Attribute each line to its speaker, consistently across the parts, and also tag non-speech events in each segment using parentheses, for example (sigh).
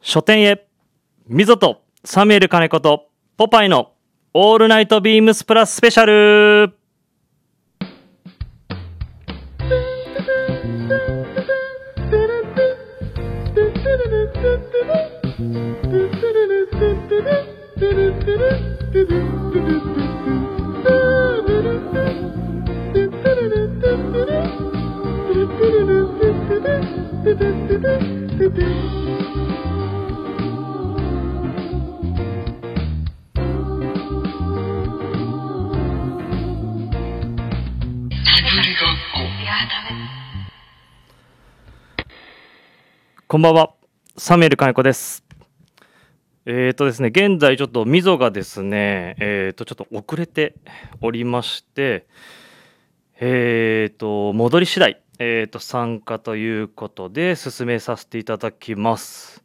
Speaker 1: 書店へミゾとサミュエル金子とポパイのオールナイトビームスプラススペシャルこんばんはサミュエル金子ですえーとですね、現在ちょっとみぞがですね、えーとちょっと遅れておりまして、えーと戻り次第、えーと参加ということで進めさせていただきます。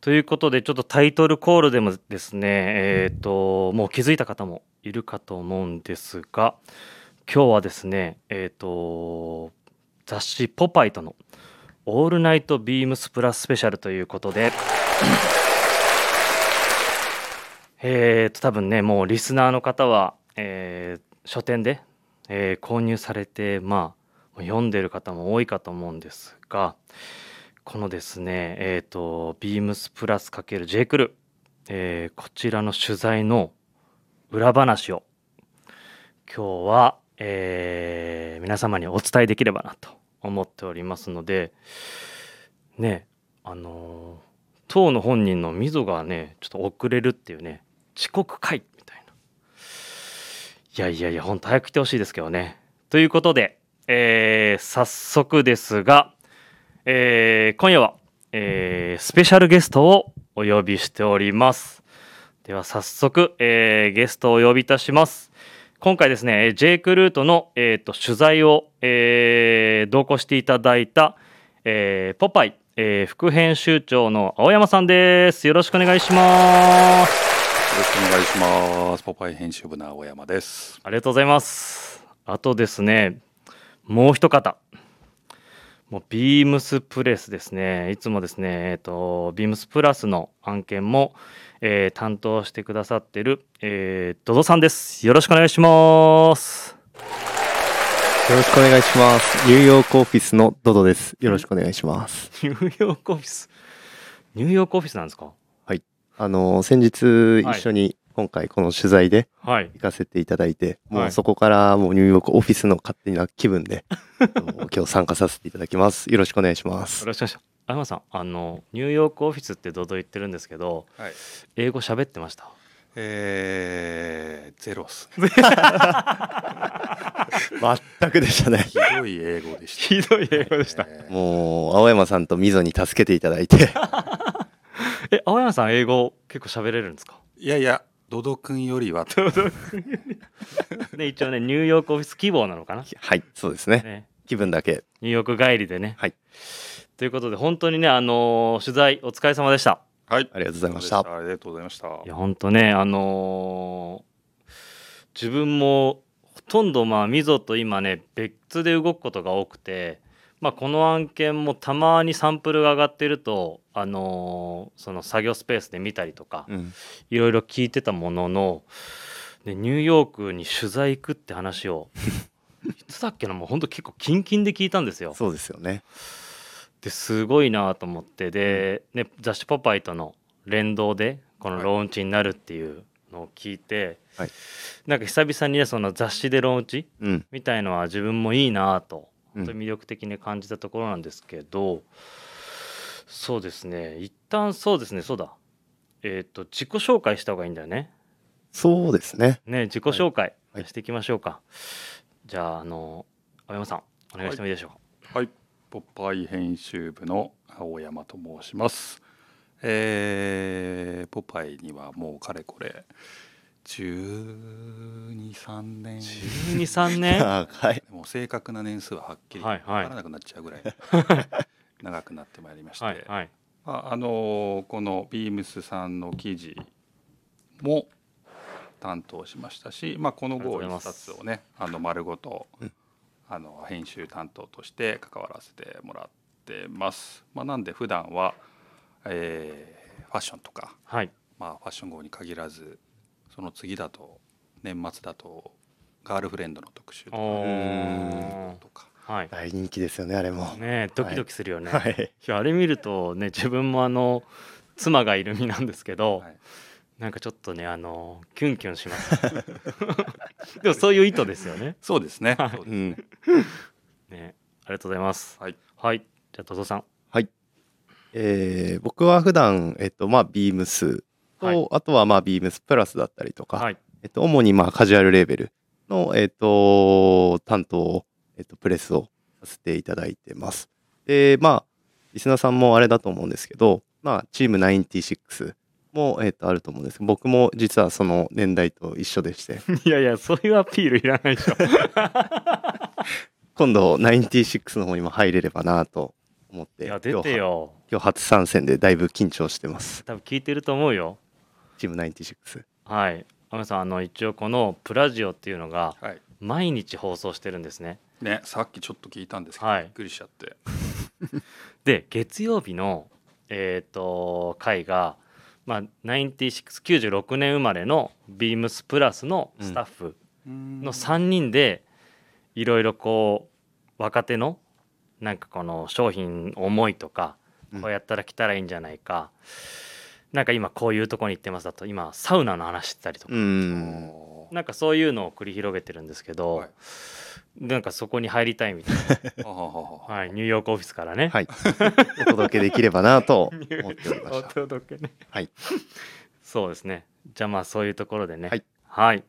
Speaker 1: ということでちょっとタイトルコールでもですね、えーともう気づいた方もいるかと思うんですが今日はですね、えーと雑誌「ポパイ」との「オールナイトビームスプラススペシャル」ということで。えー、と多分ねもうリスナーの方は、えー書店で、えー購入されてまあ読んでる方も多いかと思うんですがこのですねえっ、とビームスプラス ×J クル、えーこちらの取材の裏話を今日は、えー皆様にお伝えできればなと思っておりますのでねあのー当の本人の溝がねちょっと遅れるっていうね遅刻会みたいないやいやいやほんと早く来てほしいですけどねということで、えー早速ですが、えー今夜は、えースペシャルゲストをお呼びしておりますでは早速、えーゲストをお呼びいたします今回ですねえー J クルートの、えーと取材を、えー同行していただいたえーポパイ、えー副編集長の青山さんです。よろしくお願いします。
Speaker 2: よろしくお願いします。ポパイ編集部の青山です。
Speaker 1: ありがとうございます。あとですね、もう一方。もうビームスプレスですね。いつもですね、えっ、と、ビームスプラスの案件も、えー担当してくださってる、えー、ドドさんです。よろしくお願いします。
Speaker 3: よろしくお願いします。ニューヨークオフィスのドドです。よろしくお願いします。
Speaker 1: ニューヨークオフィス。ニューヨークオフィスなんですか
Speaker 3: あの、先日
Speaker 1: はい
Speaker 3: 一緒に今回この取材で
Speaker 1: はい。
Speaker 3: 行かせていただいて、も
Speaker 1: は
Speaker 3: う
Speaker 1: い
Speaker 3: そこからもうニューヨークオフィスの勝手な気分で、あの今日参加させていただきます。よろしくお願いしま
Speaker 1: よ
Speaker 3: す。
Speaker 1: ろしくお願いします。青山さん、あの、ニューヨークオフィスってドド言ってるんですけど、
Speaker 2: はい。
Speaker 1: 英語喋ってました
Speaker 2: えー、ゼロっすね。
Speaker 3: 全くでしたね。
Speaker 2: ひどい英語でした。
Speaker 1: ひどい英語でした
Speaker 2: えー
Speaker 3: (laughs) もう、青山さんと溝に助けていただいて、
Speaker 1: え青山さん英語結構喋れるんですか
Speaker 2: いやいや、ドド君より (laughs) は。
Speaker 1: で一応ねニューヨークオフィス希望なのかな、
Speaker 3: はい、そうですね。
Speaker 1: ね、
Speaker 3: 気分だけ。
Speaker 1: ニューヨーク帰りでね
Speaker 3: はい
Speaker 1: ということで本当にねあのー取材お疲れ様でした
Speaker 2: はい。
Speaker 3: ありがとうございました
Speaker 2: ありがとうございました。
Speaker 1: いや本当ねあのー自分もほとんどまあみぞと今ね別で動くことが多くて、まあ、この案件もたまにサンプルが上がってると、あのーその作業スペースで見たりとか、
Speaker 3: うん。
Speaker 1: いろいろ聞いてたものの、ね、ニューヨークに取材行くって話
Speaker 3: (laughs)
Speaker 1: をいつだっけなもうほんと結構キンキンで聞いたんですよ。
Speaker 3: そうですよね。
Speaker 1: ですごいなと思ってで、ね、雑誌「ポパイ」との連動でこの
Speaker 2: はい
Speaker 1: ローンチになるっていうのを聞いて、
Speaker 3: はい
Speaker 1: なんか久々にねその雑誌でローンチ
Speaker 3: うん。
Speaker 1: みたいのは自分もいいなと
Speaker 3: うん
Speaker 1: 本当に魅力的に感じたところなんですけど、そうですね一旦そうですねそうだえっ、と自己紹介した方がいいんだよね。
Speaker 3: そうですね。
Speaker 1: ね自己紹介
Speaker 3: はい
Speaker 1: していきましょうか、じゃああの青山さんお願いしてもいいでしょうか、
Speaker 2: はい。ポパイ編集部の青山と申します。えー、ポパイにはもうかれこれ。12、3年。
Speaker 1: 12、3年
Speaker 3: あ (laughs) はい。
Speaker 2: もう正確な年数ははっきり
Speaker 1: は
Speaker 2: 分
Speaker 1: い
Speaker 2: か
Speaker 1: はい
Speaker 2: らなくなっちゃうぐら (laughs) い長くなってまいりまして、
Speaker 1: はいはい
Speaker 2: まああのーこのビームスさんの記事も担当しましたし、まあ、この後
Speaker 1: ありがとうござい
Speaker 2: 一
Speaker 1: ます
Speaker 2: 冊をねあの丸ごと、
Speaker 3: うん
Speaker 2: あの編集担当として関わらせてもらってます。まあ、なんで普段は、えファッションとか、
Speaker 1: はい
Speaker 2: まあ、ファッション号に限らずその次だと年末だとガールフレンドの特集と
Speaker 1: お
Speaker 2: か
Speaker 1: ー
Speaker 2: とか
Speaker 1: はい
Speaker 3: 大人気ですよね、あれも。
Speaker 1: ねえドキドキするよね、
Speaker 3: はいい。
Speaker 1: やあれ見るとね自分もあの妻がいる身なんですけど、
Speaker 2: はい
Speaker 1: なんかちょっとねあのキュンキュンします (laughs) でもそういう意図ですよね
Speaker 2: そうですね、
Speaker 1: はい
Speaker 2: そう
Speaker 3: う
Speaker 2: です
Speaker 3: ん。
Speaker 1: ねありがとうございます
Speaker 2: はい
Speaker 1: はいじゃあ土蔵さん
Speaker 3: えー僕は普段えっとまあビームスと、
Speaker 1: はい
Speaker 3: あとはまあビームスプラスだったりとか、
Speaker 1: はい
Speaker 3: えっと主にまあカジュアルレーベルのえっと担当をえっとプレスをさせていただいてます。でまあリスナーさんもあれだと思うんですけど、まあチーム96もえっとあると思うんですけど、僕も実はその年代と一緒で
Speaker 1: (laughs)
Speaker 3: して、
Speaker 1: いやいやそういうアピールいらないでしょ
Speaker 3: 今度96の方にも入れればなと思っ
Speaker 1: い
Speaker 3: て、
Speaker 1: や出て
Speaker 3: 今日は
Speaker 1: よ
Speaker 3: 今日初参戦でだいぶ緊張してます。
Speaker 1: 多分聞いてると思うよ
Speaker 3: チーム96。
Speaker 1: はい天野さんあの一応このプラジオっていうのが
Speaker 2: はい
Speaker 1: 毎日放送してるんですね
Speaker 2: ねさっきちょっと聞いたんですけど、
Speaker 1: はい
Speaker 2: びっくりしちゃって
Speaker 1: で月曜日のえっ、と回がまあ9696年生まれのビームスプラスのスタッフの
Speaker 2: の
Speaker 1: 3人でいろいろこう若手のなんかこの商品思いとか
Speaker 3: うん
Speaker 1: こうやったら来たらいいんじゃないか、なんか今こういうとこに行ってますだと今サウナの話してたりとか、
Speaker 3: うん。
Speaker 1: なんかそういうのを繰り広げてるんですけど、
Speaker 2: はい
Speaker 1: なんかそこに入りたいみたいな、はい、ニューヨークオフィスからね、
Speaker 3: はい。 (laughs) お届けできればなと思っておりま
Speaker 1: お
Speaker 3: した。
Speaker 1: (laughs) 届けね
Speaker 3: はい
Speaker 1: そうですねじゃあまあそういうところでね
Speaker 3: はい、
Speaker 1: はい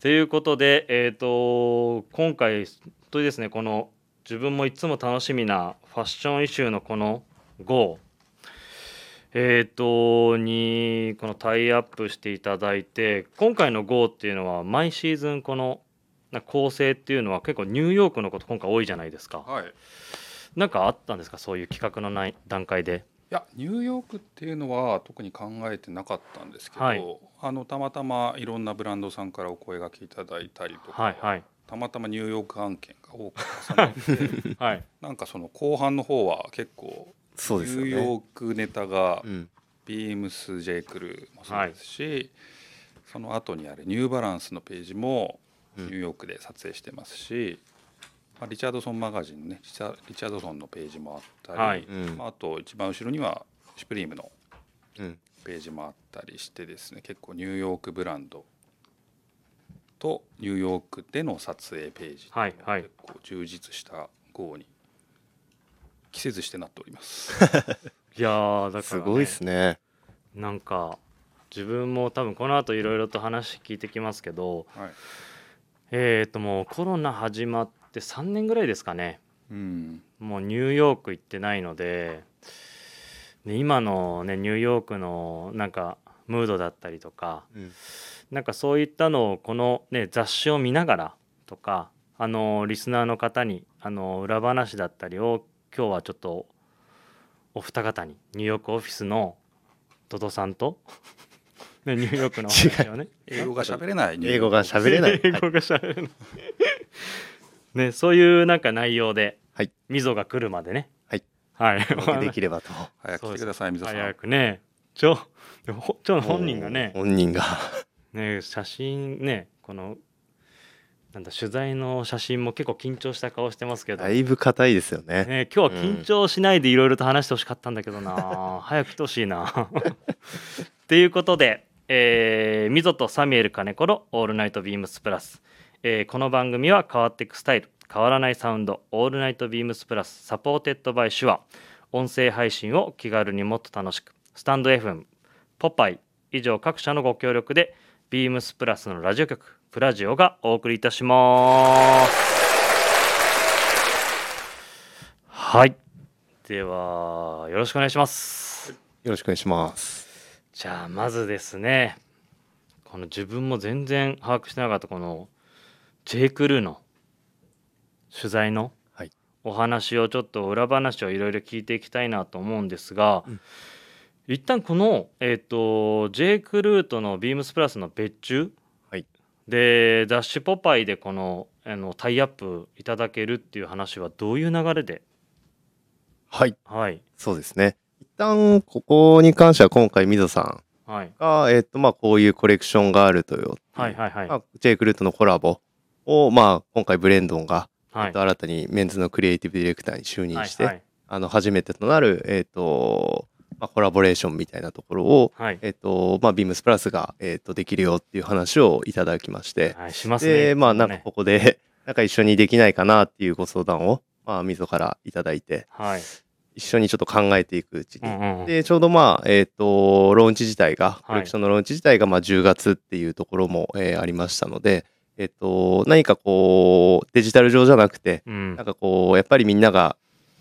Speaker 1: ということでえっ、と今回本当にですねこの自分もいつも楽しみなファッションイシューのこの GO えっ、とにこのタイアップしていただいて今回の GO っていうのは毎シーズンこのな構成っていうのは結構ニューヨークのこと今回多いじゃないですか、
Speaker 2: はい、い
Speaker 1: なんかあったんですかそういう企画のない段階で
Speaker 2: やニューヨークっていうのは特に考えてなかったんですけど、
Speaker 1: はい
Speaker 2: あのたまたまいろんなブランドさんからお声がけいただいたりとか、
Speaker 1: はい
Speaker 3: (laughs)
Speaker 1: はい
Speaker 2: たまたまニューヨーク案件が多く重なって
Speaker 1: はい
Speaker 2: なんかその後半の方は結構
Speaker 3: そう
Speaker 2: ニ
Speaker 3: です
Speaker 2: ュ
Speaker 3: よ
Speaker 2: ー
Speaker 3: ね。
Speaker 2: ヨークネタが
Speaker 3: うん。
Speaker 2: ビームス・ジェイ・クルーもそうですし、その後にあるニューバランスのページも
Speaker 3: う
Speaker 2: ニ
Speaker 3: ん
Speaker 2: ューヨークで撮影してますし、まあ、リチャードソンマガジンのねリチャリチャードソンのページもあった
Speaker 1: は
Speaker 2: り
Speaker 1: い、
Speaker 3: うん
Speaker 2: まあ、あと一番後ろにはシュプリームの
Speaker 3: うん。
Speaker 2: ページもあったりしてですね結構ニューヨークブランドとニューヨークでの撮影ページ
Speaker 1: はいはい
Speaker 2: 結構充実した号に季節してなっております。
Speaker 1: (laughs) いやーだから、ね、
Speaker 3: すごいですね。
Speaker 1: なんか自分も多分この後いろいろと話聞いてきますけど
Speaker 2: はい、
Speaker 1: えっ、ー、ともうコロナ始まって3年ぐらいですかね
Speaker 2: うん
Speaker 1: もうニューヨーク行ってないのでで今のねニューヨークのなんかムードだったりとか
Speaker 3: うん。
Speaker 1: なんかそういったのをこの、ね、雑誌を見ながらとかあのリスナーの方にあの裏話だったりを今日はちょっとお二方にニューヨークオフィスのドドさんと、 (laughs) ね、ニューヨークのお話をね
Speaker 2: 英語が喋れないニュー
Speaker 3: 英
Speaker 2: ヨ
Speaker 3: 語
Speaker 2: ーク
Speaker 3: が喋れない。
Speaker 1: (laughs) 英語が喋れない、ね、そういうなんか内容で、
Speaker 3: はい
Speaker 1: 溝が来るまでね
Speaker 3: はい、
Speaker 1: はい、
Speaker 3: お届けできればと。
Speaker 2: 早く来てください、水さん。
Speaker 1: 早くねちょでもほちょ (laughs) 本人がね
Speaker 3: 本
Speaker 1: (laughs)
Speaker 3: 人が。
Speaker 1: ね写真ねこのなんだ取材の写真も結構緊張した顔してますけど、
Speaker 3: だいぶ硬いですよね。
Speaker 1: ね、今日は緊張しないでいろいろと話してほしかったんだけどな早く来てほしいな。 (laughs) ということで、えー、溝とサミュエル金子の「オールナイトビームスプラス」えーこの番組は変わっていくスタイル変わらないサウンド「オールナイトビームスプラス」サポーテッドバイ手話音声配信を気軽にもっと楽しくスタンド FM ポパイ以上各社のご協力でビームスプラスのラジオ局プラジオがお送りいたしますはいではよろしくお願いします
Speaker 3: よろしくお願いします。
Speaker 1: じゃあまずですねこの自分も全然把握してなかったこの J. クルーの取材の
Speaker 3: はい
Speaker 1: お話をちょっと裏話をいろいろ聞いていきたいなと思うんですが、
Speaker 3: うん
Speaker 1: 一旦この、えっと J. クルーとのビームスプラスの別注、
Speaker 3: はい
Speaker 1: でダッシュポパイでこのあのタイアップいただけるっていう話はどういう流れで
Speaker 3: はい。
Speaker 1: はい
Speaker 3: そうですね。一旦ここに関しては今回、みぞさん
Speaker 1: はい
Speaker 3: が、えっとまあ、こういうコレクションがあるとよ、
Speaker 1: はいはいはい
Speaker 3: まあ、ジェイクルートのコラボを、まあ、今回ブレンドンが、
Speaker 1: は
Speaker 3: えっ
Speaker 1: い
Speaker 3: と新たにメンズのクリエイティブディレクターに就任して、
Speaker 1: はいはい
Speaker 3: あの初めてとなる、えっとまあ、コラボレーションみたいなところを、
Speaker 1: はい
Speaker 3: えっとまあ、ビームスプラスが、えっとできるよっていう話をいただきまして、
Speaker 1: はいしますね
Speaker 3: で、まあなんか
Speaker 1: ね
Speaker 3: ここで、 (laughs) なんか一緒にできないかなっていうご相談を、まあ、みぞからいただいて、
Speaker 1: はい
Speaker 3: 一緒にちょっと考えていくうち
Speaker 1: うん
Speaker 3: に。
Speaker 1: うんうん
Speaker 3: で、ちょうどまあ、えっ、と、ローンチ自体が
Speaker 1: い、
Speaker 3: コレクションのローンチ自体が、まあ、10月っていうところも、えーありましたので、えっ、と、何かこう、デジタル上じゃなくて、
Speaker 1: うん
Speaker 3: なんかこう、やっぱりみんなが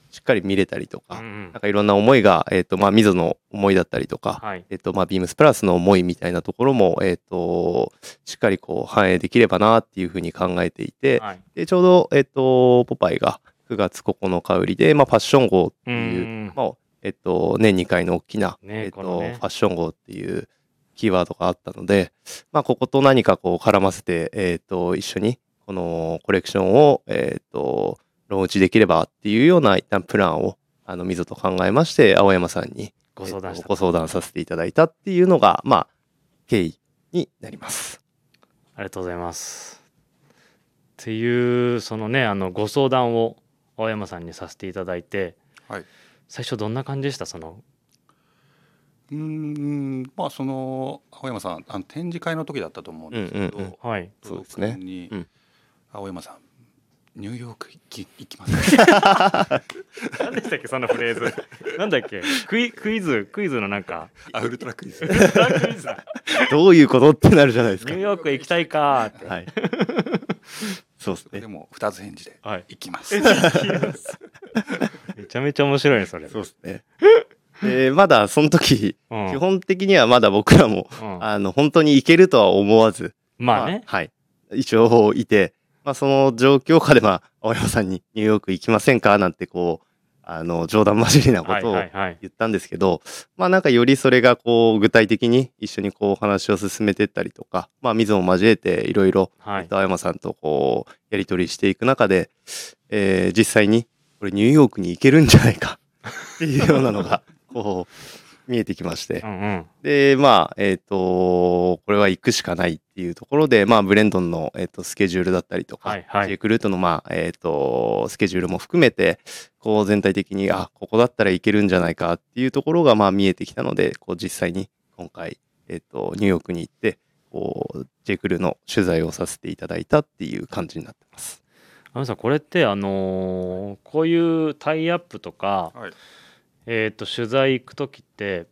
Speaker 3: しっかり見れたりと
Speaker 1: うんう
Speaker 3: か、
Speaker 1: ん
Speaker 3: なんかいろんな思いが、えっ、と、まあ、みぞの思いだったりとか、
Speaker 1: はい
Speaker 3: えっと、まあ、ビームスプラスの思いみたいなところも、えっと、しっかりこう反映できればなっていうふうに考えていて、
Speaker 1: はい
Speaker 3: で、ちょうど、えっと、ポパイが9月9日売りで、まあ、ファッション号って
Speaker 1: う
Speaker 3: いう、
Speaker 1: ん
Speaker 3: まあ、えっと、年2回の大きな、
Speaker 1: ね
Speaker 3: えっ
Speaker 1: この
Speaker 3: と、
Speaker 1: ね
Speaker 3: ファッション号っていうキーワードがあったので、まあ、ここと何かこう絡ませて、えっと、一緒に、このコレクションを、えっと、ローンチできればっていうような一旦プランを、あの、みぞと考えまして、青山さんに
Speaker 1: ご相談し
Speaker 3: えったとご相談させていただいたっていうのが、まあ、経緯になります。
Speaker 1: ありがとうございます。っていうそのねあのご相談を青山さんにさせていただいて
Speaker 2: はい。
Speaker 1: 最初どんな感じでしたその
Speaker 2: うーんまあその青山さんあの展示会の時だったと思うんですけど、
Speaker 3: うんうんうん
Speaker 1: はい
Speaker 3: そうですね
Speaker 2: 東君に
Speaker 3: うん
Speaker 2: 青山さんニューヨーク行き行き
Speaker 3: (laughs)
Speaker 2: ますか
Speaker 1: 何でしたっけそのフレーズ (laughs) なんだっけクイクイズクイズのなんか
Speaker 2: あウルトラクイズ
Speaker 1: ウルトラクイズだ
Speaker 3: どういうことってなるじゃないです
Speaker 1: ニ
Speaker 3: か
Speaker 1: ュー。ヨーク行きたいかーって
Speaker 3: はい。そうです
Speaker 2: それで
Speaker 3: ね。
Speaker 2: も二つ返事で
Speaker 1: はい
Speaker 2: 行きます、
Speaker 1: めちゃめちゃ面白いねそれ
Speaker 3: そうですね。で、まだその時、
Speaker 1: うん
Speaker 3: 基本的にはまだ僕らも、
Speaker 1: うん
Speaker 3: あの、本当に行けるとは思わず、
Speaker 1: まあね
Speaker 3: はい。一応いて、まあ、その状況下で、まあ、青山さんにニューヨーク行きませんかなんて、こう、あの、冗談交じりなこ
Speaker 1: はい
Speaker 3: とを
Speaker 1: はいはい
Speaker 3: 言ったんですけど、まあなんかよりそれがこう具体的に一緒にこうお話を進めてったりとか、まあ水を交えていろいろ、
Speaker 1: は
Speaker 3: え
Speaker 1: い
Speaker 3: っと青山さんとこうやり取りしていく中で、えー実際にこれニューヨークに行けるんじゃないかっていうようなのがこう見えてきまして
Speaker 1: う、んうん
Speaker 3: でまあえっ、とこれは行くしかないっていうところでまあブレンドンの、えっとスケジュールだったりとか、
Speaker 1: はいはい
Speaker 3: ジェイクルートのまあえっ、とスケジュールも含めてこう全体的にあここだったらいけるんじゃないかっていうところがまあ見えてきたのでこう実際に今回えっ、とニューヨークに行ってこうジェイクルーの取材をさせていただいたっていう感じになってます。
Speaker 1: 青山さんこれってあのーこういうタイアップとか
Speaker 2: はい、
Speaker 1: えー、と取材行く時って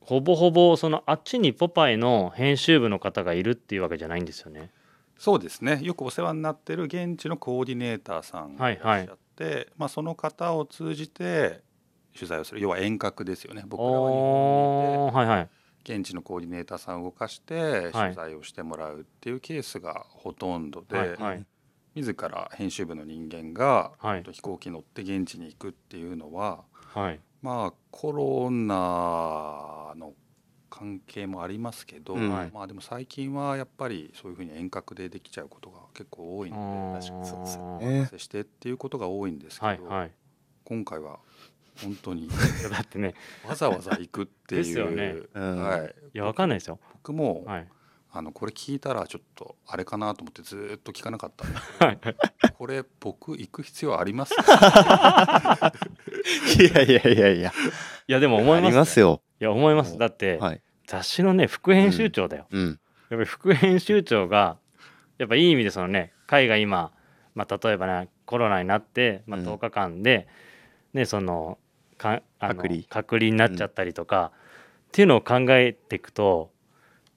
Speaker 1: ほぼほぼそのあっちに「ポパイ」の編集部の方がいるっていうわけじゃないんですよね。
Speaker 2: そうですねよくお世話になってる現地のコーディネーターさんが
Speaker 1: はいい
Speaker 2: ら
Speaker 1: はい
Speaker 2: っしゃって、まあ、その方を通じて取材をする要は遠隔ですよね僕らは日本にいて
Speaker 1: おーはいはい
Speaker 2: 現地のコーディネーターさんを動かして
Speaker 1: はい
Speaker 2: 取材をしてもらうっていうケースがほとんどで、
Speaker 1: はいはい
Speaker 2: 自ら編集部の人間が
Speaker 1: はい
Speaker 2: 飛行機乗って現地に行くっていうのは
Speaker 1: はい
Speaker 2: まあコロナの関係もありますけど、
Speaker 3: うん
Speaker 1: はい
Speaker 2: まあでも最近はやっぱりそういうふうに遠隔でできちゃうことが結構多いの
Speaker 3: 確かにそうですよ
Speaker 1: あー
Speaker 3: ね
Speaker 2: で接してっていうことが多いんですけど、
Speaker 1: はいはい
Speaker 2: 今回は本
Speaker 1: (laughs)
Speaker 2: 当に
Speaker 1: いやだってね
Speaker 2: わざわざ行くっていう。
Speaker 1: ですよね
Speaker 3: うん
Speaker 2: はい、
Speaker 1: いやわかんないですよ。
Speaker 2: 僕も、
Speaker 1: はい
Speaker 2: あのこれ聞いたらちょっとあれかなと思ってずーっと聞かなかったん
Speaker 1: (laughs)
Speaker 2: です
Speaker 1: はい
Speaker 2: けどこれ僕行く必要あり
Speaker 1: (laughs)
Speaker 2: ます
Speaker 3: いやいやいやいや
Speaker 1: いやでも思い
Speaker 3: あ
Speaker 1: ます
Speaker 3: りますよ。
Speaker 1: いや思いますだって、
Speaker 3: はい。
Speaker 1: 雑誌のね副編集長だよ。
Speaker 3: うん。
Speaker 1: やっぱり副編集長がやっぱいい意味でそのね海が今、まあ、例えばねコロナになって、まあ、
Speaker 3: うん
Speaker 1: 10日間で、ねそのかあの
Speaker 3: 隔離
Speaker 1: 隔離になっちゃったりとか、っていうのを考えていくと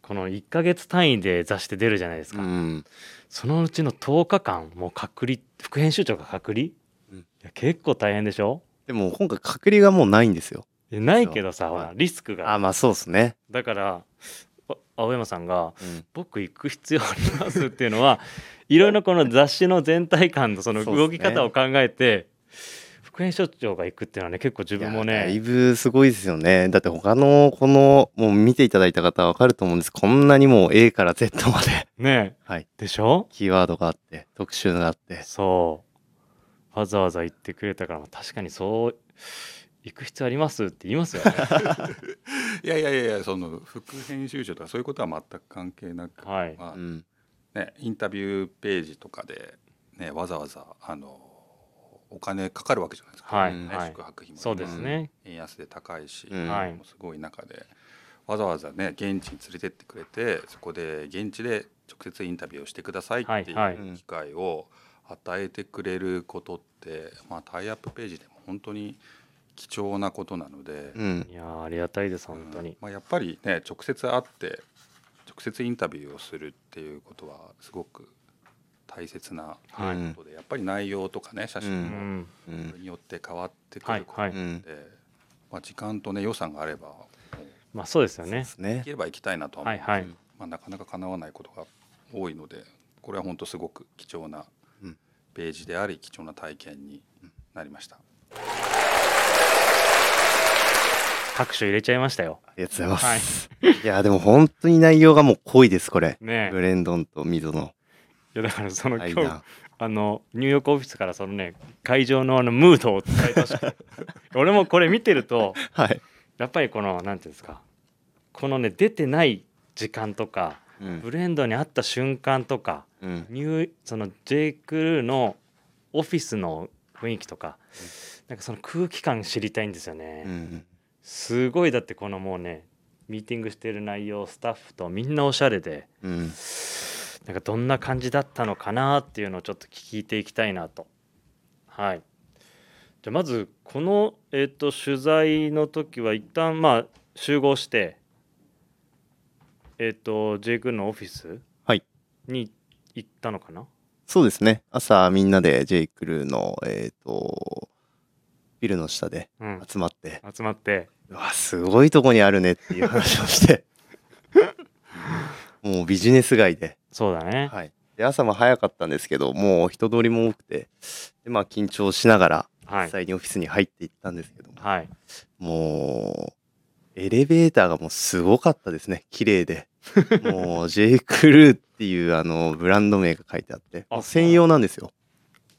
Speaker 1: この1ヶ月単位で雑誌で出るじゃないです
Speaker 3: う
Speaker 1: か、
Speaker 3: ん。
Speaker 1: そのうちの10日間もう隔離副編集長が隔離、
Speaker 3: うん
Speaker 1: いや結構大変でしょ
Speaker 3: でも今回隔離がもうないんですよ。
Speaker 1: いやないけどさほ
Speaker 3: は
Speaker 1: ら
Speaker 3: い
Speaker 1: リスク
Speaker 3: あ
Speaker 1: が
Speaker 3: まあそうですね。
Speaker 1: だからあ青山さんが
Speaker 3: うん
Speaker 1: 僕行く必要ありますっていうのは (laughs) いろいろこの雑誌の全体感のその
Speaker 3: そうっすね
Speaker 1: 動き方を考えて、副編所長が行くっていうのはね結構自分も
Speaker 3: いやだい
Speaker 1: ね
Speaker 3: ぶすごいですよねだって他のこのもう見ていただいた方は分かると思うんですこんなにもう A から Z
Speaker 1: (laughs)
Speaker 3: まで
Speaker 1: ね
Speaker 3: はい
Speaker 1: でしょ
Speaker 3: キーワードがあって特集があって
Speaker 1: そうわざわざ行ってくれたから確かにそう行く必要ありますって言い
Speaker 3: (laughs)
Speaker 1: ますよね。
Speaker 2: いやいやいやいやその副編集長とかそういうことは全く関係なく、
Speaker 1: はい。
Speaker 2: まあ
Speaker 3: うん
Speaker 2: ね、インタビューページとかで、ね、わざわざあのお金かかるわけじゃないですか、
Speaker 1: は
Speaker 3: う
Speaker 1: い。
Speaker 3: ん
Speaker 2: ね
Speaker 1: はい
Speaker 2: 宿。泊費も、
Speaker 1: そうですね。
Speaker 2: 円安で高いし、
Speaker 3: うん
Speaker 1: はい
Speaker 2: すごい中でわざわざね現地に連れてってくれてそこで現地で直接インタビューをしてくださいってい
Speaker 1: はいはいう
Speaker 2: 機会を与えてくれることって、まあ、タイアップページでも本当に貴重なことなので、
Speaker 3: うん
Speaker 1: いやーありがたいです本当
Speaker 2: うん
Speaker 1: に。
Speaker 2: まあ、やっぱりね直接会って直接インタビューをするっていうことはすごく大切な
Speaker 1: はい。
Speaker 3: うん
Speaker 2: ことで、やっぱり内容とかね写
Speaker 1: う
Speaker 2: 真も
Speaker 1: ん。
Speaker 3: う
Speaker 2: それ
Speaker 3: ん
Speaker 2: によって変わってく
Speaker 1: は
Speaker 2: る
Speaker 1: い
Speaker 2: こと
Speaker 1: は
Speaker 2: ない
Speaker 3: うんう。
Speaker 2: の
Speaker 3: ん
Speaker 2: で、まあ、時間とね予算があればもう
Speaker 1: まあそうですよ
Speaker 3: そうで
Speaker 1: ね。
Speaker 3: す
Speaker 2: で
Speaker 3: ね
Speaker 2: きれば行きたいなとは思う
Speaker 1: はいはい。
Speaker 2: まあ、なかなか叶わないことが多いのでこれは本当すごく貴重な
Speaker 3: うん
Speaker 2: ページであり貴重な体験になりました。
Speaker 1: 拍手入れちゃいましたよ。
Speaker 3: ありがとうございます、 (laughs) い、やでも本当に内容がもう濃いですこれ
Speaker 1: ねえ
Speaker 3: ブ。レンドンとミゾの
Speaker 1: いやだからその今
Speaker 3: 間
Speaker 1: 日あのニューヨークオフィスからそのね会場のあのムードを伝え
Speaker 3: (laughs)
Speaker 1: たしく俺もこれ見てると
Speaker 3: はい、
Speaker 1: やっぱりこのなんていうんですかこのね出てない時間とか
Speaker 3: うん
Speaker 1: ブレンドに会った瞬間とか
Speaker 3: うん
Speaker 1: ニューその J. クルーのオフィスの雰囲気とかなんかその空気感知りたいんですよね、
Speaker 3: うん
Speaker 1: すごいだってこのもうねミーティングしてる内容スタッフとみんなおしゃれで
Speaker 3: うん
Speaker 1: なんかどんな感じだったのかなっていうのをちょっと聞いていきたいなと。はい、じゃあまずこの、えー、と取材の時は一旦まあ集合して、えー、と J 君のオフィス
Speaker 3: はい
Speaker 1: に行ったのかな、
Speaker 3: そうですね朝みんなで J. クルーのえっ、とビルの下で
Speaker 1: うん、
Speaker 3: 集まって
Speaker 1: 集まって
Speaker 3: うわすごいとこにあるねっていう話をして
Speaker 1: (laughs)
Speaker 3: もうビジネス街で,、
Speaker 1: そうだね、
Speaker 3: はい、で朝も早かったんですけどもう人通りも多くてで、まあ、緊張しながら
Speaker 1: はい
Speaker 3: 実際にオフィスに入っていったんですけども、
Speaker 1: はい、
Speaker 3: もうエレベーターがもうすごかったですね綺
Speaker 1: (laughs)
Speaker 3: 麗でもう J. クルーっていうあのブランド名が書いてあって
Speaker 1: あ
Speaker 3: 専用なんですよ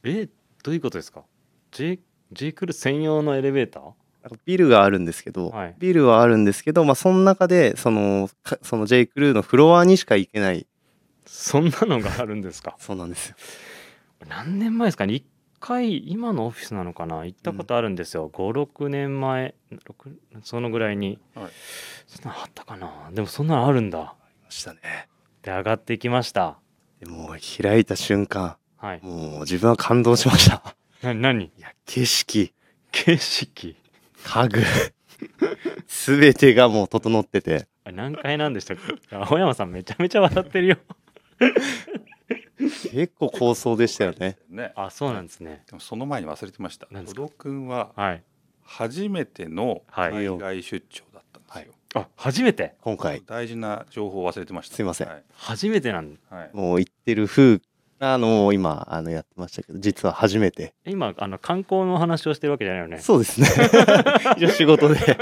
Speaker 1: えどういうことですか J, J クル専用のエレベーター
Speaker 3: なんかビルがあるんですけど、
Speaker 1: はい
Speaker 3: ビルはあるんですけど、まあ、その中でそのかその J. クルーのフロアにしか行けない
Speaker 1: そんなのがあるんですか
Speaker 3: そうなんですよ
Speaker 1: 何年前ですかね一回今のオフィスなのかな行ったことあるんですよ、56年前6そのぐらいに、
Speaker 2: はい
Speaker 1: そんなのあったかなでもそんなのあるんだ
Speaker 3: ましたね
Speaker 1: で上がってきました
Speaker 3: でも開いた瞬間
Speaker 1: はい
Speaker 3: もう自分は感動しました
Speaker 1: な何
Speaker 3: いや景色
Speaker 1: 景色
Speaker 3: 家 (laughs) 具全てがもう整ってて
Speaker 1: あ何階なんでしたっ (laughs) け青山さんめちゃめちゃ笑ってるよ
Speaker 3: 結構高層でしたよね
Speaker 2: ね
Speaker 1: あそうなんですね
Speaker 2: でもその前に忘れてました。
Speaker 1: 何で
Speaker 2: ロ
Speaker 1: すか
Speaker 2: ド君は
Speaker 1: はい
Speaker 2: 初めての
Speaker 1: はい
Speaker 2: 海外出張だったんですよ。
Speaker 1: あ初めて
Speaker 3: 今回
Speaker 2: 大事な情報を忘れてました。
Speaker 3: すいません
Speaker 2: はい。
Speaker 1: 初めてなん
Speaker 3: (laughs)
Speaker 2: はい
Speaker 3: もう行ってる風あの今あのやってましたけど実は初めて
Speaker 1: 今あの観光の話をしてるわけじゃないよね
Speaker 3: そうですね (laughs) 一応仕事で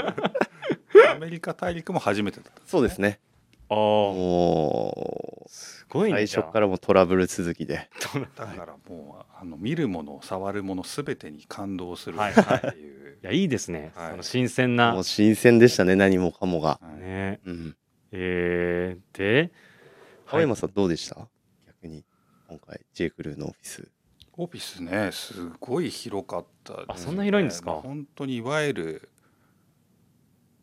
Speaker 2: アメリカ大陸も初めてだったんですね。
Speaker 3: (laughs) そうですね
Speaker 1: あー
Speaker 3: も
Speaker 1: すご
Speaker 3: う
Speaker 1: いね
Speaker 3: 最初からもうトラブル続きで
Speaker 2: だからもうあの見るもの触るものすべてに感動する
Speaker 1: はい
Speaker 2: っていう
Speaker 1: い。やいいですね、
Speaker 2: はい
Speaker 1: その新鮮な
Speaker 3: もう新鮮でしたね何もかもが、
Speaker 2: はい
Speaker 1: ね
Speaker 3: うん、
Speaker 1: えー、で
Speaker 3: 青山さんどうでした、逆に今回 J. クルーのオフィス
Speaker 2: オフィスねすごい広かったですね、
Speaker 1: あそんな広いんですか
Speaker 2: まあ本当にいわゆる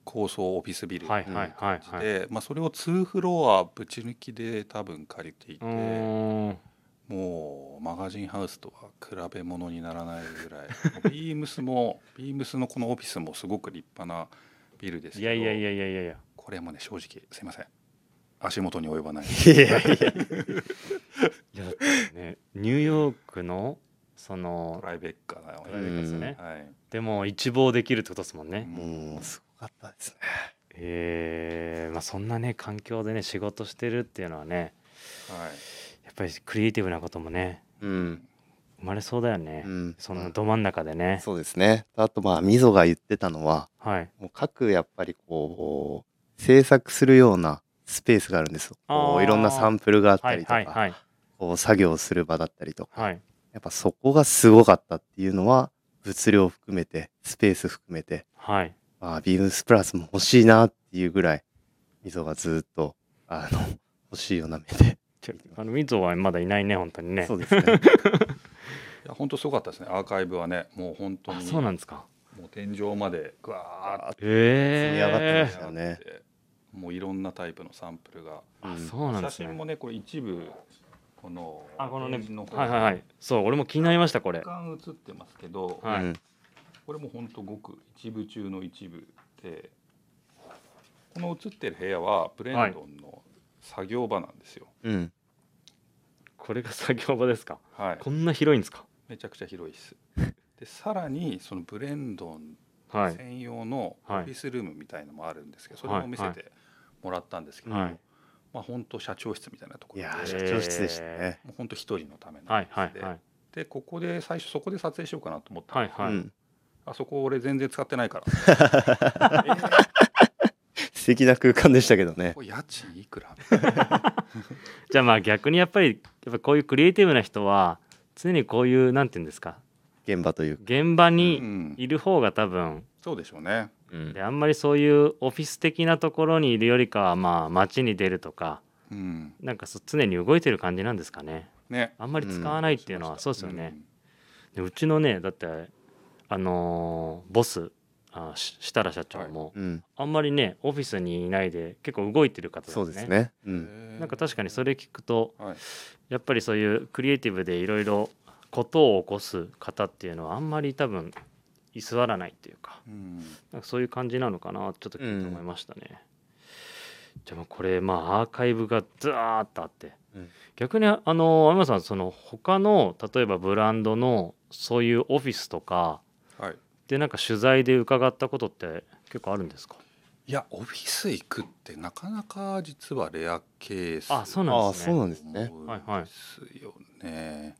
Speaker 2: 高層オフィスビル
Speaker 1: はいはいはいはい。
Speaker 2: で、まあ、それを2フロアぶち抜きで多分借りていて
Speaker 1: うーん
Speaker 2: もうマガジンハウスとは比べ物にならないぐらいビームスも (laughs) ビームスのこのオフィスもすごく立派なビルです
Speaker 1: い
Speaker 2: けど
Speaker 1: やいやいやいやいやいや。
Speaker 2: これもね正直すいません足元に
Speaker 1: (laughs)
Speaker 2: 及ばない
Speaker 3: いやいやいや
Speaker 1: いやだってね、ニューヨークのその
Speaker 2: プライベッカーだよ
Speaker 1: プライベートですよね。
Speaker 2: はい
Speaker 1: でも一望できるってことですもんね。
Speaker 3: もうすごかったですね
Speaker 1: えー、まあそんなね環境でね仕事してるっていうのはね、
Speaker 2: はい
Speaker 1: やっぱりクリエイティブなこともね
Speaker 3: うん、
Speaker 1: 生まれそうだよね。
Speaker 3: うん、
Speaker 1: そのど真ん中でね。
Speaker 3: そうですねあとまあみぞが言ってたのは
Speaker 1: はい。
Speaker 3: もう各やっぱりこう制作するようなスペースがあるんですよこ
Speaker 1: あー
Speaker 3: ういろんなサンプルがあった
Speaker 1: は
Speaker 3: り
Speaker 1: い
Speaker 3: とか、
Speaker 1: はいはい
Speaker 3: こう作業する場だったりとか
Speaker 1: はい。
Speaker 3: やっぱそこがすごかったっていうのは物量含めてスペース含めて
Speaker 1: はい。
Speaker 3: まあ、ビームスプラスも欲しいなっていうぐらい、溝がずっと、あの、欲しいような目で。
Speaker 1: ちょあの、みぞはまだいないね、本当にね。
Speaker 3: そうですね。
Speaker 2: いや本当すごかったですねアーカイブはねもう本当
Speaker 1: あ、
Speaker 2: に
Speaker 1: そうなんですか。
Speaker 2: もう天井までぐわーっ
Speaker 1: ええ
Speaker 3: 積み上がって
Speaker 2: て
Speaker 3: ましたよね
Speaker 2: もういろんなタイプのサンプルが
Speaker 1: あ、そうなんで
Speaker 2: 写
Speaker 1: すね。
Speaker 2: 真もねこれ一部この
Speaker 1: あ、このね
Speaker 2: ページ、方
Speaker 1: はいはいはい。そう、俺も気になりました、これ。
Speaker 2: 若干写ってますけど、
Speaker 1: はい
Speaker 3: うん
Speaker 2: これも本当ごく一部中の一部でこの写ってる部屋はブレンドンの作業場なんですよ
Speaker 3: うん。
Speaker 1: これが作業場ですか。
Speaker 2: はい
Speaker 1: こんな広いんですか。
Speaker 2: めちゃくちゃ広いですでさらにそのブレンドン
Speaker 1: はい。
Speaker 2: 専用のオフ
Speaker 1: はい
Speaker 2: ィスルームみたいのもあるんですけど、それ
Speaker 1: は
Speaker 2: も
Speaker 1: い
Speaker 2: 見せてもらったんですけど、
Speaker 1: はい
Speaker 2: まあ本当社長室みたいなとこ
Speaker 3: い
Speaker 2: ろで
Speaker 3: やー、
Speaker 1: え
Speaker 3: 社
Speaker 1: ー
Speaker 3: 長室でしたね。
Speaker 2: もう本当一人のための
Speaker 1: はいは
Speaker 2: やつ
Speaker 1: い
Speaker 2: で、
Speaker 1: はい。
Speaker 2: でここで最初そこで撮影しようかなと思ったん
Speaker 1: は
Speaker 2: で
Speaker 1: いはい。
Speaker 3: うん。
Speaker 2: あそこ俺全然使ってな
Speaker 1: (laughs)
Speaker 2: いからえー
Speaker 3: 素敵な空間でしたけどね。
Speaker 2: これ家賃いくら
Speaker 1: じゃあまあ逆にやっぱりやっぱこういうクリエイティブな人は常にこういうなんて言うんですか
Speaker 3: 現場というか。
Speaker 1: 現場
Speaker 2: う
Speaker 1: に
Speaker 2: ん、
Speaker 1: いる方が多分、
Speaker 2: そうでしょうね
Speaker 3: うん
Speaker 1: であんまりそういうオフィス的なところにいるよりかはまあ街に出るとか
Speaker 2: うん
Speaker 1: なんかそう常に動いてる感じなんですかね
Speaker 2: ね
Speaker 1: あんまり使わないっていうのは、
Speaker 2: ん
Speaker 1: そうですよね、でうちのねだってあのーボスあし設楽社長も、
Speaker 3: うん。
Speaker 1: あんまりねオフィスにいないで結構動いてる方
Speaker 3: そうですね。う
Speaker 2: うん
Speaker 3: ん。
Speaker 1: なんか確かにそれ聞くと
Speaker 2: はい
Speaker 1: やっぱりそういうクリエイティブでいろいろことを起こす方っていうのはあんまり多分居座らないっていうか
Speaker 2: うん
Speaker 1: なんかそういう感じなのかなちょっと聞いて思いましたね。じゃあもうこれまあアーカイブがずーっとあって、
Speaker 3: うん
Speaker 1: 逆にあの天野さんその他の例えばブランドのそういうオフィスとか
Speaker 2: はい
Speaker 1: でなんか取材で伺ったことって結構あるんですか
Speaker 2: いやオフィス行くってなかなか実はレアケース
Speaker 1: あそう
Speaker 3: あ
Speaker 1: な
Speaker 3: あ、
Speaker 1: んです
Speaker 3: そう
Speaker 1: ね。
Speaker 3: なんですね。
Speaker 2: 思うん
Speaker 1: はいはい
Speaker 2: ですよね。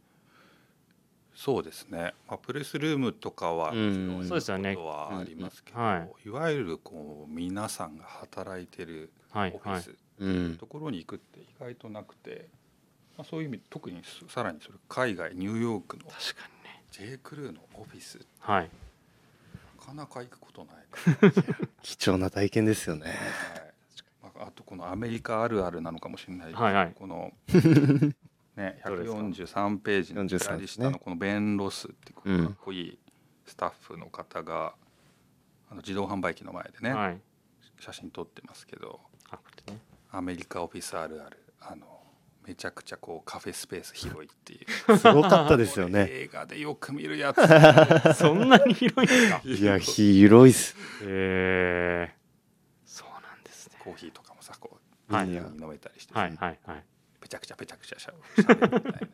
Speaker 2: そうですね。まあプレスルームとかは
Speaker 3: うん
Speaker 2: もちろん
Speaker 1: そうですよね
Speaker 2: 行くことはありますけど、
Speaker 1: うんはい
Speaker 2: いわゆるこう皆さんが働いてる
Speaker 1: は
Speaker 2: オ
Speaker 1: い
Speaker 2: フ
Speaker 1: は
Speaker 2: ィ
Speaker 1: い
Speaker 2: ス
Speaker 3: うん。
Speaker 2: ところに行くって意外となくて、まあそういう意味特にそさらにそれ海外ニューヨークの
Speaker 1: 確かにね
Speaker 2: J クルーのオフィスな
Speaker 1: はい
Speaker 2: かなか行くことないから、
Speaker 3: 貴重な体験ですよね。
Speaker 2: はいまあ、あとこのアメリカあるあるなのかもしれないですけど
Speaker 1: はいはい
Speaker 2: こ
Speaker 1: (laughs)
Speaker 2: のね
Speaker 1: どれですか
Speaker 2: 143ページの
Speaker 3: 43
Speaker 2: 左下のこのベン・ロスってこ
Speaker 3: うん
Speaker 2: のかっこいいスタッフの方があの自動販売機の前でね、
Speaker 1: はい
Speaker 2: 写真撮ってますけど
Speaker 1: あこれね
Speaker 2: アメリカオフィスあるあるあのめちゃくちゃこうカフェスペース広いっていう
Speaker 3: すごかったですよ
Speaker 2: こ (laughs)
Speaker 3: ね。
Speaker 2: れ映画でよく見るやつ
Speaker 1: そんなに広いんです (laughs) か
Speaker 3: いや、広いっす。
Speaker 1: へえそうなんですね。
Speaker 2: コーヒーとかもさこう、
Speaker 1: はい
Speaker 2: みんなに飲めたりしてさ、
Speaker 1: はいはいはい。
Speaker 2: ペチャクチャペチャクチャしゃしゃべるみたいな。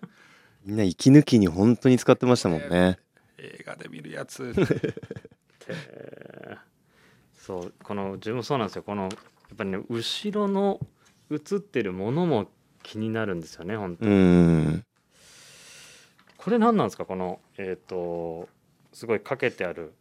Speaker 3: みんな息抜きに本当に使ってましたもんね。
Speaker 2: 映画で見るやつ
Speaker 1: えーそうこの自分もそうなんですよこのやっぱりね後ろの映ってるものも気になるんですよね本当
Speaker 3: うん。
Speaker 1: これ何なんですかこのえっ、とすごいかけてある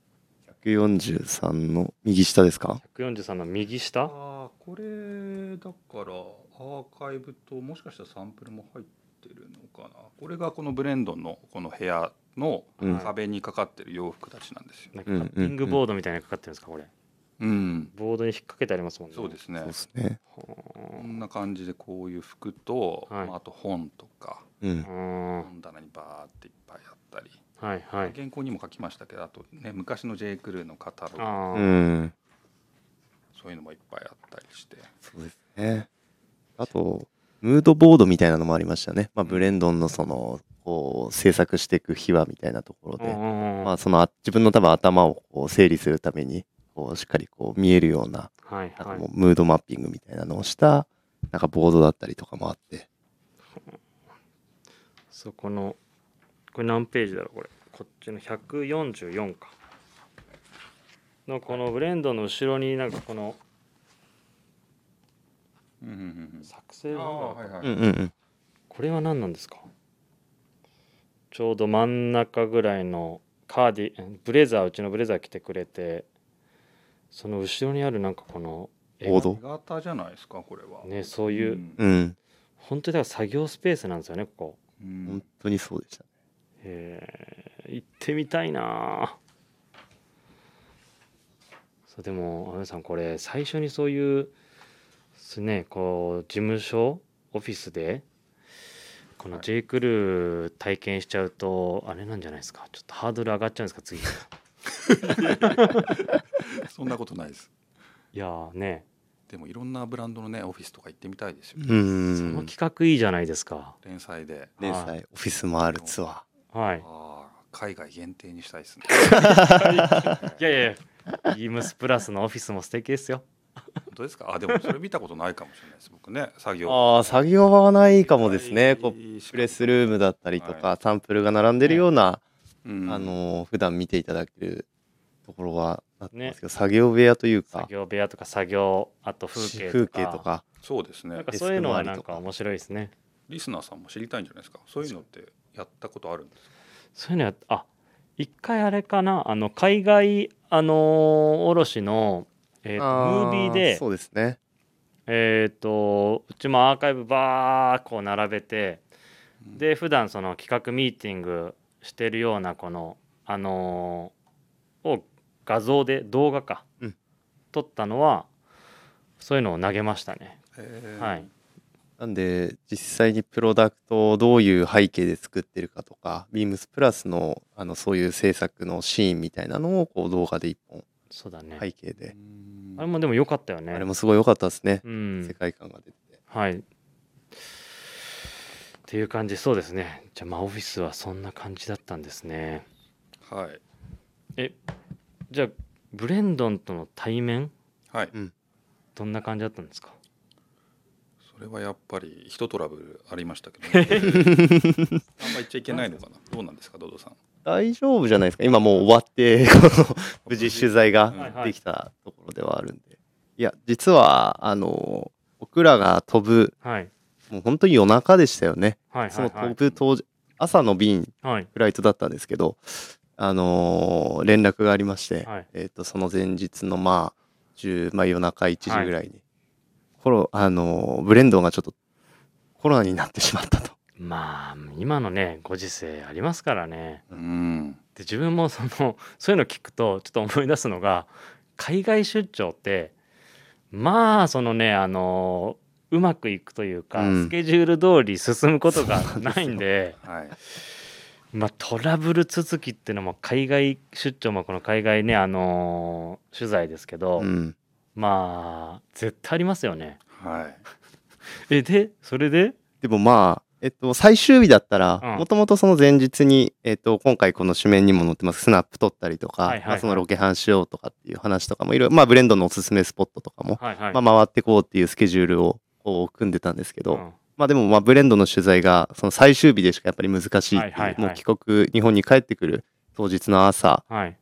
Speaker 3: 143の右下ですか
Speaker 1: 143の右下
Speaker 2: あこれだからアーカイブともしかしたらサンプルも入ってるのかなこれがこのブレンドンのこの部屋の
Speaker 3: うん
Speaker 2: 壁にかかってる洋服たちなんですよ、
Speaker 1: なんかカッティングボードみたいなのかかってるんですかこれ
Speaker 2: うん
Speaker 1: ボードに引っ掛けてありますもんね
Speaker 2: そうですね
Speaker 3: そうですね。
Speaker 2: こ
Speaker 1: ほ
Speaker 2: んな感じでこういう服と、
Speaker 1: はい
Speaker 2: まあ、あと本とか
Speaker 3: うん
Speaker 1: ーう。んは
Speaker 2: 本棚にバーっていっぱいあったり
Speaker 1: いはい
Speaker 2: 原稿にも書きましたけどあとね昔の J. クルーのカタログ
Speaker 1: あ
Speaker 3: う
Speaker 1: ー
Speaker 3: ん。
Speaker 2: そういうのもいっぱいあったりして
Speaker 3: そうですね。あと、ムードボードみたいなのもありましたね。まあ、ブレンドンのその、こう、制作していく秘話みたいなところ
Speaker 1: うんう
Speaker 3: で、
Speaker 1: んうん
Speaker 3: ま
Speaker 1: は
Speaker 3: あ、そのあ自分の多分頭をこう整理するために、こう、しっかりこう見えるような、
Speaker 1: い
Speaker 3: なん
Speaker 1: は
Speaker 3: か
Speaker 1: い
Speaker 3: もうムードマッピングみたいなのをした、なんかボードだったりとかもあって。
Speaker 1: そこのこれ何ページだろうこれこっちの144かのこのブレンドの後ろになんかこの
Speaker 2: うんうんうん
Speaker 1: 作成
Speaker 2: うんああ
Speaker 1: 本
Speaker 2: はいはい、
Speaker 3: うんうんうん。
Speaker 1: これは何なんですかちょうど真ん中ぐらいのカーディんブレザーうちのブレザー着てくれてその後ろにあるなんかこの絵が
Speaker 3: ボード
Speaker 2: 手形じゃないですかこれは
Speaker 1: ねそういう、
Speaker 2: ん
Speaker 3: うん。
Speaker 1: 本当にだから作業スペースなんですよねここ
Speaker 2: うん
Speaker 3: 本当にそうでしたね。
Speaker 1: へえ行ってみたいなあそうでもアメさんこれ最初にそういうですねこう事務所オフィスでこの
Speaker 2: はい
Speaker 1: J. クルー体験しちゃうとあれなんじゃないですかちょっとハードル上がっちゃうんですか次い
Speaker 2: そんなことないです。
Speaker 1: やーね
Speaker 2: でもいろんなブランドのねオフィスとか行ってみたいですよ。
Speaker 3: う
Speaker 1: その
Speaker 3: ん
Speaker 1: 企画いいじゃないですか
Speaker 2: 連載で。
Speaker 3: 連
Speaker 1: は
Speaker 3: 載オフィス回るツアー
Speaker 1: はい
Speaker 2: (laughs) ああ海外限定にしたいですね。
Speaker 1: いやいやいやビームスプラスのオフィスも素敵ですよ
Speaker 2: 本当ですか。あでもそれ見たことないかもしれないです。僕ね作業。
Speaker 3: ああ作業場はないかもですねこうプレ
Speaker 2: ス。
Speaker 3: スルームだったりとか、サンプルが並んでるような、
Speaker 2: うん
Speaker 3: あのー普段見ていただけるところはなってますけど、作業部屋というか
Speaker 1: 作業部屋とか作業あと風景とか
Speaker 3: とか
Speaker 2: そうです
Speaker 1: なん
Speaker 2: ね
Speaker 1: か。そういうのはなんか面白いですね
Speaker 2: リスナーさんも知りたいんじゃないですか。そういうのってやったことあるんですか。
Speaker 1: そういうのやっあ一回あれかなあの海外あのー卸の、えーとムービーで
Speaker 3: そうですね
Speaker 1: えっ、とうちもアーカイブバーこう並べてで普段その企画ミーティングしてるようなこのあのーを画像で動画か、
Speaker 3: うん
Speaker 1: 撮ったのはそういうのを投げましたね。
Speaker 2: へー
Speaker 1: はい。
Speaker 3: なんで実際にプロダクトをどういう背景で作ってるかとかビームスプラスのあのそういう制作のシーンみたいなのをこう動画で一本
Speaker 1: そうだね、
Speaker 3: 背景で、
Speaker 1: あれもでも良かったよね。
Speaker 3: あれもすごい良かったですね、
Speaker 1: うん
Speaker 3: 世界観が出て
Speaker 1: はい。っていう感じそうですね。じゃあまあオフィスはそんな感じだったんですね。
Speaker 2: はい
Speaker 1: じゃあブレンドンとの対面
Speaker 2: はい。
Speaker 1: どんな感じだったんですか
Speaker 2: それはやっぱり人トラブルありましたけど、
Speaker 3: (laughs)
Speaker 2: ね、あんま言っちゃいけないのかな。どうなんですか、ドドさん。
Speaker 3: 大丈夫じゃないですか今もう終わって無事取材が
Speaker 1: はいはい
Speaker 3: できたところではあるんでいや実はあの僕らが飛ぶ
Speaker 1: はい
Speaker 3: もう本当に夜中でしたよね
Speaker 1: はい
Speaker 3: そ
Speaker 1: はい
Speaker 3: の
Speaker 1: は
Speaker 3: 飛
Speaker 1: い
Speaker 3: ぶ当時朝の便
Speaker 1: はい
Speaker 3: フライトだったんですけどあのー連絡がありまして、
Speaker 1: はい
Speaker 3: えー、とその前日のまあ10まあ、夜中1時ぐらいに、コロあのーブレンドンがちょっとコロナになってしまったと。
Speaker 1: まあ今のねご時世ありますからね。
Speaker 2: うん。
Speaker 1: で自分もそのそういうの聞くとちょっと思い出すのが海外出張ってまあそのねあのうまくいくというか、
Speaker 3: うん
Speaker 1: スケジュール通り進むことが
Speaker 3: そうなんです
Speaker 1: な
Speaker 3: よ
Speaker 1: いんで。
Speaker 2: はい。
Speaker 1: まあ、トラブル続きっていうのも海外出張もこの海外ね、あのー取材ですけど、
Speaker 3: うん、
Speaker 1: まあ絶対ありますよね。
Speaker 2: はい。
Speaker 1: えでそれで
Speaker 3: でもまあ、えっと、最終日だった
Speaker 1: う
Speaker 3: ら
Speaker 1: ん
Speaker 3: もともとその前日に、えっと、今回この紙面にも載ってますスナップ撮ったりとか、
Speaker 1: はいはいはい
Speaker 3: まあ、そのロケハンしようとかっていう話とかもいろいろ、まあ、ブレンドンのおすすめスポットとかも、
Speaker 1: はいはい。
Speaker 3: まあ、回ってこうっていうスケジュールをこう組んでたんですけど、
Speaker 1: うん
Speaker 3: まあでもまあブレンドの取材がその最終日でしかやっぱり難しいってい
Speaker 1: はい
Speaker 3: う、
Speaker 1: はいはい
Speaker 3: もう帰国日本に帰ってくる当日の朝
Speaker 1: はい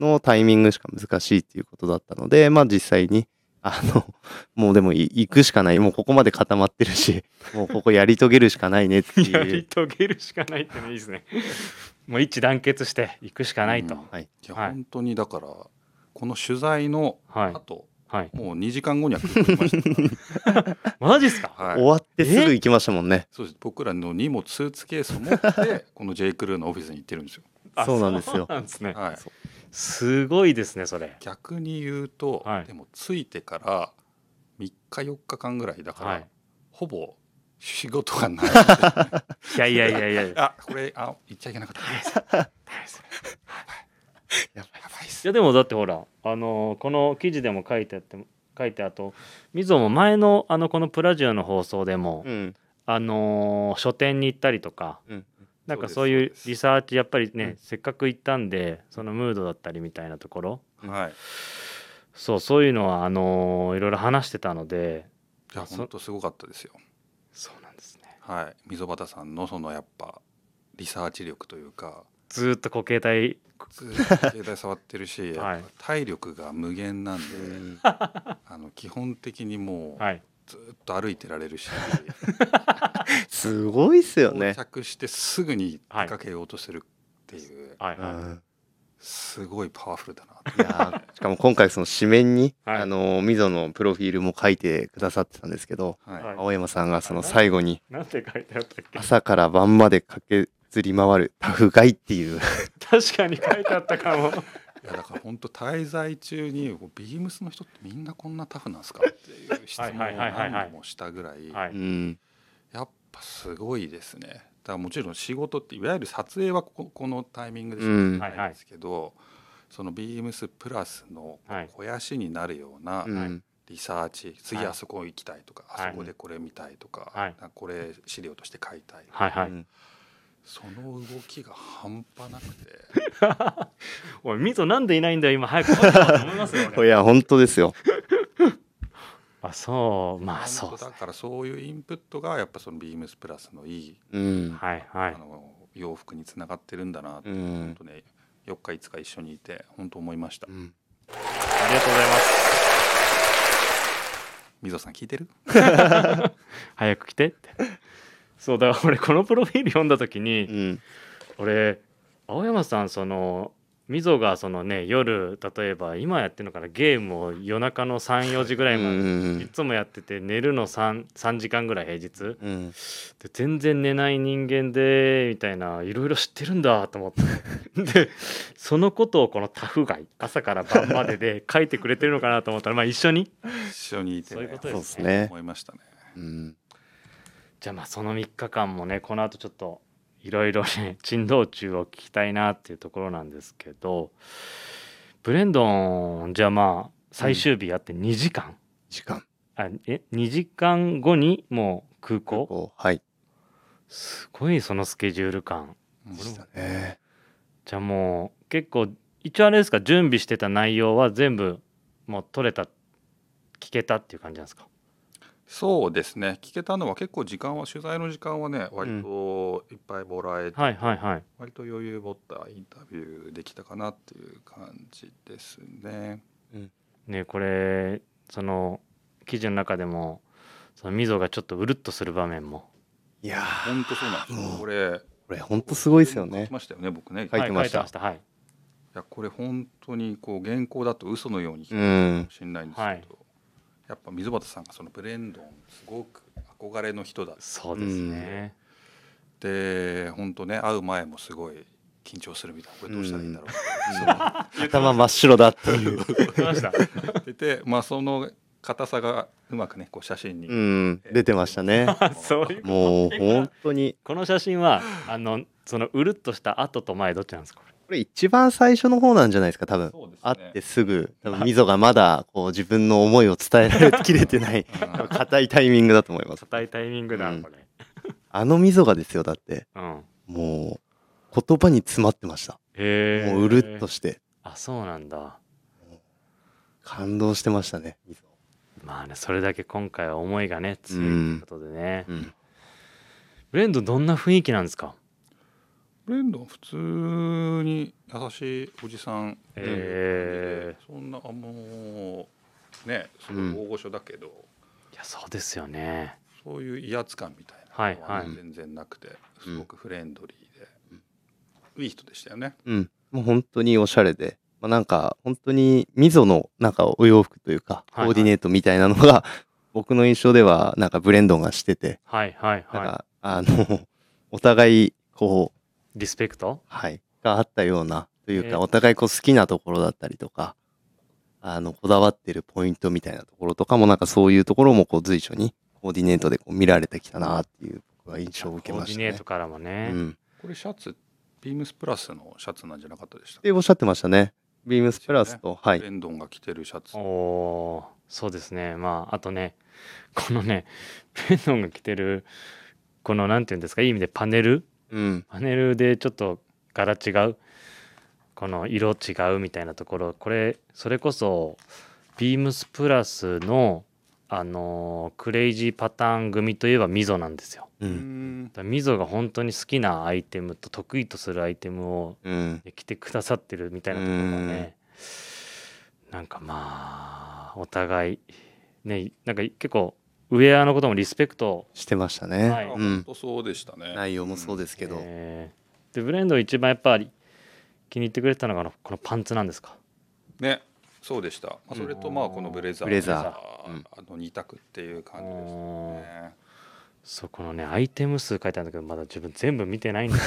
Speaker 3: のタイミングしか難しいっていうことだったのでまあ実際にあの (laughs) もうでもい行くしかないもうここまで固まってるし (laughs) もうここやり遂げるしかないねって
Speaker 1: や
Speaker 3: い
Speaker 1: り
Speaker 3: う
Speaker 1: 遂げるしかないってのいいですね。 (laughs) もう一致団結していくしかないと。
Speaker 2: うん
Speaker 3: はい
Speaker 2: いや、
Speaker 1: はい
Speaker 2: 本当にだからこの取材の
Speaker 1: はい
Speaker 2: 後、
Speaker 1: はい。
Speaker 2: もう2時間後には来ると思いましたからね
Speaker 1: マジっすか。 (laughs)
Speaker 2: はい
Speaker 3: 終わってすぐ行きましたもんね
Speaker 2: そうです僕らの荷物スーツケースを
Speaker 1: (laughs)
Speaker 2: 持ってこの J. クルーのオフィスに行ってるんですよ。
Speaker 1: あ
Speaker 3: (laughs) そうなんですよ
Speaker 1: そうなんですね。
Speaker 2: はい
Speaker 3: そ、
Speaker 1: すごいですねそれ。
Speaker 2: 逆に言うと、
Speaker 1: はい
Speaker 2: でも着いてから3日4日間ぐらいだから、
Speaker 1: はい。
Speaker 2: ほぼ仕事がない
Speaker 1: いやいやいやい
Speaker 3: (laughs)
Speaker 1: や。い
Speaker 2: あこれあ言っちゃいけなかった
Speaker 3: やば
Speaker 2: やばいっす
Speaker 1: やでもだってほらあのーこの記事でも書いてあって書いてあとみぞも前のあのこのプラジオの放送でも、
Speaker 3: うん
Speaker 1: あのー書店に行ったりとか
Speaker 3: うん
Speaker 1: なんか
Speaker 2: そ
Speaker 1: そうう
Speaker 2: です
Speaker 1: いう
Speaker 2: そうです
Speaker 1: リサーチやっぱりね、
Speaker 3: うん
Speaker 1: せっかく行ったんでそのムードだったりみたいなところ
Speaker 2: はい
Speaker 1: そうそういうのはあのーいろいろ話してたので
Speaker 2: いや
Speaker 1: そ
Speaker 2: 本当すごかったですよ
Speaker 1: そうなんですね
Speaker 2: はい溝端さんのそのやっぱリサーチ力という
Speaker 1: (laughs)
Speaker 2: か
Speaker 1: ずーっとこう携帯
Speaker 2: ずっと携帯触ってるし、
Speaker 1: はい
Speaker 2: やっぱ体力が無限なんで、あの基本的にも
Speaker 1: (laughs)
Speaker 2: う
Speaker 1: はい
Speaker 2: ずっと歩いてられるし、
Speaker 3: すごいっすよ
Speaker 2: 到
Speaker 3: ね、
Speaker 2: 着してすぐに出かけようとするっていう、
Speaker 1: はい、
Speaker 3: う
Speaker 1: はい
Speaker 3: ん
Speaker 2: すごいパワフルだなと
Speaker 3: いやーしかも今回その紙面に、
Speaker 1: はい
Speaker 3: あのー、溝のプロフィールも書いてくださってたんですけど、
Speaker 2: はい、
Speaker 1: はい
Speaker 3: 青山さんがその最後に
Speaker 1: なんて書いてあったっけ
Speaker 3: 朝から晩まで駆けずり回るタフガイっていう
Speaker 1: 確かに書いてあったかも
Speaker 2: いやだから本当滞在中にこうビームスの人ってみんなこんなタフなんですかっていう質問を
Speaker 1: はいはいはいはいはい
Speaker 2: 何度もしたぐらい
Speaker 1: は
Speaker 3: う
Speaker 1: い
Speaker 3: ん
Speaker 2: やっぱすごいですね。だからもちろん仕事っていわゆる撮影はこここのタイミングでしか
Speaker 3: うん
Speaker 2: できないんですけど、そのビームスプラスの
Speaker 1: はい
Speaker 2: 肥やしになるような
Speaker 3: うん
Speaker 1: はい
Speaker 2: リサーチ、次あそこ行きたいとか、
Speaker 1: はい
Speaker 2: あそこでこれ見たいとか,、
Speaker 1: はい
Speaker 2: これ資料として買いたい、
Speaker 1: はいはい、
Speaker 3: うん
Speaker 2: その動きが半端なくて
Speaker 1: おいみぞなんでいないんだよ今早く来いよと思います
Speaker 3: (laughs)
Speaker 1: よ
Speaker 3: い
Speaker 1: 俺
Speaker 3: や本当ですよ。
Speaker 1: あそうまあそう
Speaker 2: 本
Speaker 1: です
Speaker 2: 当だ
Speaker 1: ね
Speaker 2: からそういうインプットがやっぱそのビームスプラスのいい、
Speaker 3: うん。
Speaker 1: はいはい
Speaker 2: あの洋服につながってるんだなって、
Speaker 3: う
Speaker 2: 本
Speaker 3: ん。
Speaker 2: 当ね4日5日一緒にいて本当思いました
Speaker 3: うん
Speaker 1: ありがとうございます
Speaker 2: 溝さん聞いてる
Speaker 1: 早く来てってそうだから俺このプロフィール読んだ時に、
Speaker 3: うん。
Speaker 1: 俺青山さんそのみぞがそのね夜例えば今やってるのかなゲームを夜中の34時ぐらいまで、いつもやってて寝るの 3, 3時間ぐらい平日
Speaker 3: うん。
Speaker 1: で全然寝ない人間でみたいないろいろ知ってるんだと思ってでそのことをこのタフガイ朝から晩までで書いてくれてるのかなと思ったらまあ一緒に
Speaker 2: 一緒にいて、
Speaker 1: そう
Speaker 2: ね、
Speaker 1: いうこと
Speaker 3: そう
Speaker 1: で
Speaker 3: ですす
Speaker 1: ね
Speaker 3: ね。
Speaker 2: 思いましたね
Speaker 3: うん。
Speaker 1: じゃあまあその3日間もねこの後ちょっといろいろね (laughs) 珍道中を聞きたいなっていうところなんですけどブレンドンじゃあまあ最終日やって2時間、
Speaker 3: 時間。
Speaker 1: あえ2時間後にもう空港
Speaker 3: こうはい。
Speaker 1: すごいそのスケジュール感
Speaker 2: うん
Speaker 3: でしたね。
Speaker 1: じゃあもう結構一応あれですか準備してた内容は全部もう取れた聞けたっていう感じなんですか
Speaker 2: そうですね聞けたのは結構時間は取材の時間はね割といっぱいもらえて、
Speaker 1: はいはいはい
Speaker 2: 割と余裕持ったインタビューできたかなっていう感じですね。
Speaker 1: ねこれその記事の中でもその溝がちょっとうるっとする場面も
Speaker 3: いやー
Speaker 2: 本当そうなんですよ。これ
Speaker 3: これ本当すごいですよ
Speaker 2: 書
Speaker 3: ね
Speaker 2: き。ましたよね僕ね。
Speaker 3: 書いてま
Speaker 1: はい、
Speaker 3: した
Speaker 1: 書いてましたはい
Speaker 2: いやこれ本当にこう原稿だと嘘のように聞こ
Speaker 3: う
Speaker 2: えるか
Speaker 3: ん
Speaker 2: も。しれないんですけど、
Speaker 1: はい
Speaker 2: やっぱ水端さんがそのブレンドンすごく憧れの人だっ
Speaker 1: そうですね、
Speaker 2: て本当ね会う前もすごい緊張するみたいなこれどうしたらいいんだろう
Speaker 3: 頭真っ白だっていう。
Speaker 1: 出 (laughs) ました
Speaker 2: って言ってまあその硬さがうまくねこう写真に、
Speaker 3: うん。出てましたね。
Speaker 1: そういう
Speaker 3: もう本当に。
Speaker 1: この写真はあのそのうるっとした後と前どっちなんですかこ
Speaker 3: これ一番最初の方なんじゃないですか多分。
Speaker 2: そうですね
Speaker 3: 会ってすぐ多分溝がまだこう自分の思いを伝えられきれてない
Speaker 2: うん
Speaker 3: 硬いタイミングだと思いま
Speaker 1: れ
Speaker 3: す。
Speaker 1: 硬いタイミングだ、
Speaker 3: うん
Speaker 1: これ
Speaker 3: あの溝がですよだって
Speaker 1: うんへ
Speaker 3: もう言葉に詰まってました。
Speaker 1: え
Speaker 3: もううるっと
Speaker 1: し
Speaker 3: して
Speaker 1: あそうなんだ
Speaker 3: 感動してましたね。溝
Speaker 1: まあねそれだけ今回は思いがね強いということでね、
Speaker 3: うん。
Speaker 1: ブレンドどんな雰囲気なんですか
Speaker 2: ブレンドン普通に優しいおじさんっていう
Speaker 1: へ
Speaker 2: 感じでそんなあもうねすごい大御所だけど、
Speaker 1: いやそうですよね
Speaker 2: そういう威圧感みたい
Speaker 1: はい
Speaker 2: なの
Speaker 1: は
Speaker 2: はい全然なくて、
Speaker 3: うん
Speaker 2: すごくフレンドリーで、いい人でしたよね。
Speaker 3: うん。もう本当におしゃれで。まあ、なんか本当に溝のなんかお洋服というかコ
Speaker 1: はいはい
Speaker 3: ーディネートみたいなのが (laughs) 僕の印象ではなんかブレンドンがしてて
Speaker 1: はいはい
Speaker 3: なん
Speaker 1: は
Speaker 3: かあの (laughs) お互いこう
Speaker 1: いリスペクト
Speaker 3: はい、があったようなというか、
Speaker 1: えー
Speaker 3: お互いこう好きなところだったりとかあのこだわってるポイントみたいなところとかもなんかそういうところもこう随所にコーディネートでこう見られてきたなっていう僕は印象を受けまし
Speaker 1: コーデ
Speaker 3: た
Speaker 1: ィネ
Speaker 3: ね
Speaker 1: ート。からもね、
Speaker 3: うん、
Speaker 2: これシャツビームスプラスのシャツなんじゃなかったでしたっけ
Speaker 3: でおっしゃってましたね。ビームスプラスと、は
Speaker 2: ブ
Speaker 3: い
Speaker 2: レンドンが着てるシャツ
Speaker 1: お。おーそうですねまああとねこのねペンドンが着てるこのなんていうんですかいい意味でパネル
Speaker 3: うん
Speaker 1: パネルでちょっと柄違うこの色違うみたいなところこれそれこそビームスプラスのあのークレイジーパターン組といえばミゾなんですよ。
Speaker 3: う
Speaker 2: うんん
Speaker 1: だからミゾが本当に好きなアイテムと得意とするアイテムを
Speaker 3: うん
Speaker 1: 来てくださってるみたいなところがねなんかまあお互いねなんか結構ウェアのこともリスペクト、
Speaker 3: してましたね。
Speaker 1: はい
Speaker 2: あ
Speaker 1: う
Speaker 2: 本当そうでしたね。。
Speaker 3: 内容もそうですすけど、
Speaker 1: えーでブレンド一番やっぱり気に入ってくれてたのがあのこのパンツなんですか
Speaker 2: ね、そうでした。まあ
Speaker 1: うん
Speaker 2: それとまあこのブレザー、
Speaker 3: ブレザ
Speaker 1: ー
Speaker 2: あの二択っていう感じでしたね。
Speaker 1: そこのねアイテム数書いてあるんだけどまだ自分全部見てないん (laughs) だよ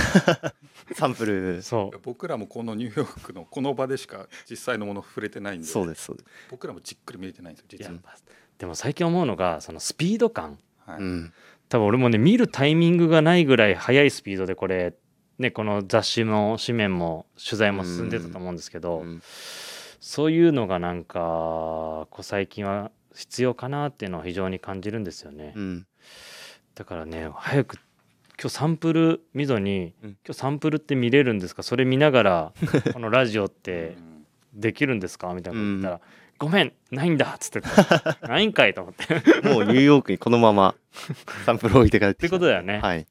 Speaker 3: サンプル
Speaker 1: そ
Speaker 2: 僕らもこのニューヨークのこの場でしか実際のもの触れてないんで
Speaker 3: そうですそうです、、
Speaker 2: 僕らもじっくり見れてないんですよ
Speaker 1: うい
Speaker 2: 実
Speaker 1: や
Speaker 2: は
Speaker 1: まあでも最近思うのがそのスピード感
Speaker 2: はいう
Speaker 3: ん、
Speaker 1: 多分俺もね見るタイミングがないぐらい速いスピードでこれねこの雑誌の紙面も取材も進んでたと思うんですけど、
Speaker 3: うん
Speaker 1: そういうのがなんかこう最近は必要かなっていうのを非常に感じるんですよね、
Speaker 3: うん
Speaker 1: だからね早く今日サンプルみぞに、
Speaker 3: うん
Speaker 1: 今日サンプルって見れるんですかそれ見なが
Speaker 3: (laughs)
Speaker 1: らこのラジオって
Speaker 2: うん
Speaker 1: できるんですかみたいなこと言ったら、ごめんないんだっつって
Speaker 3: (laughs)
Speaker 1: たないんかいと思って
Speaker 3: もうニューヨークにこの
Speaker 1: (laughs)
Speaker 3: ままサンプル置いて帰ってきた
Speaker 1: ってことだよね
Speaker 3: はい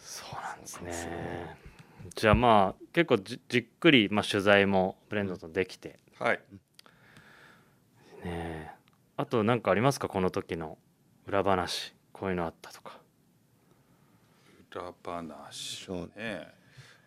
Speaker 1: そうなんです
Speaker 3: そうです
Speaker 1: ね
Speaker 3: ね。
Speaker 1: じゃあまあ結構じじっくり、まあ、取材もブレンドとできて、
Speaker 2: はい
Speaker 1: ねえあと何かありますかこの時の裏話こういうのあったとか
Speaker 2: 裏話
Speaker 3: そう
Speaker 2: ね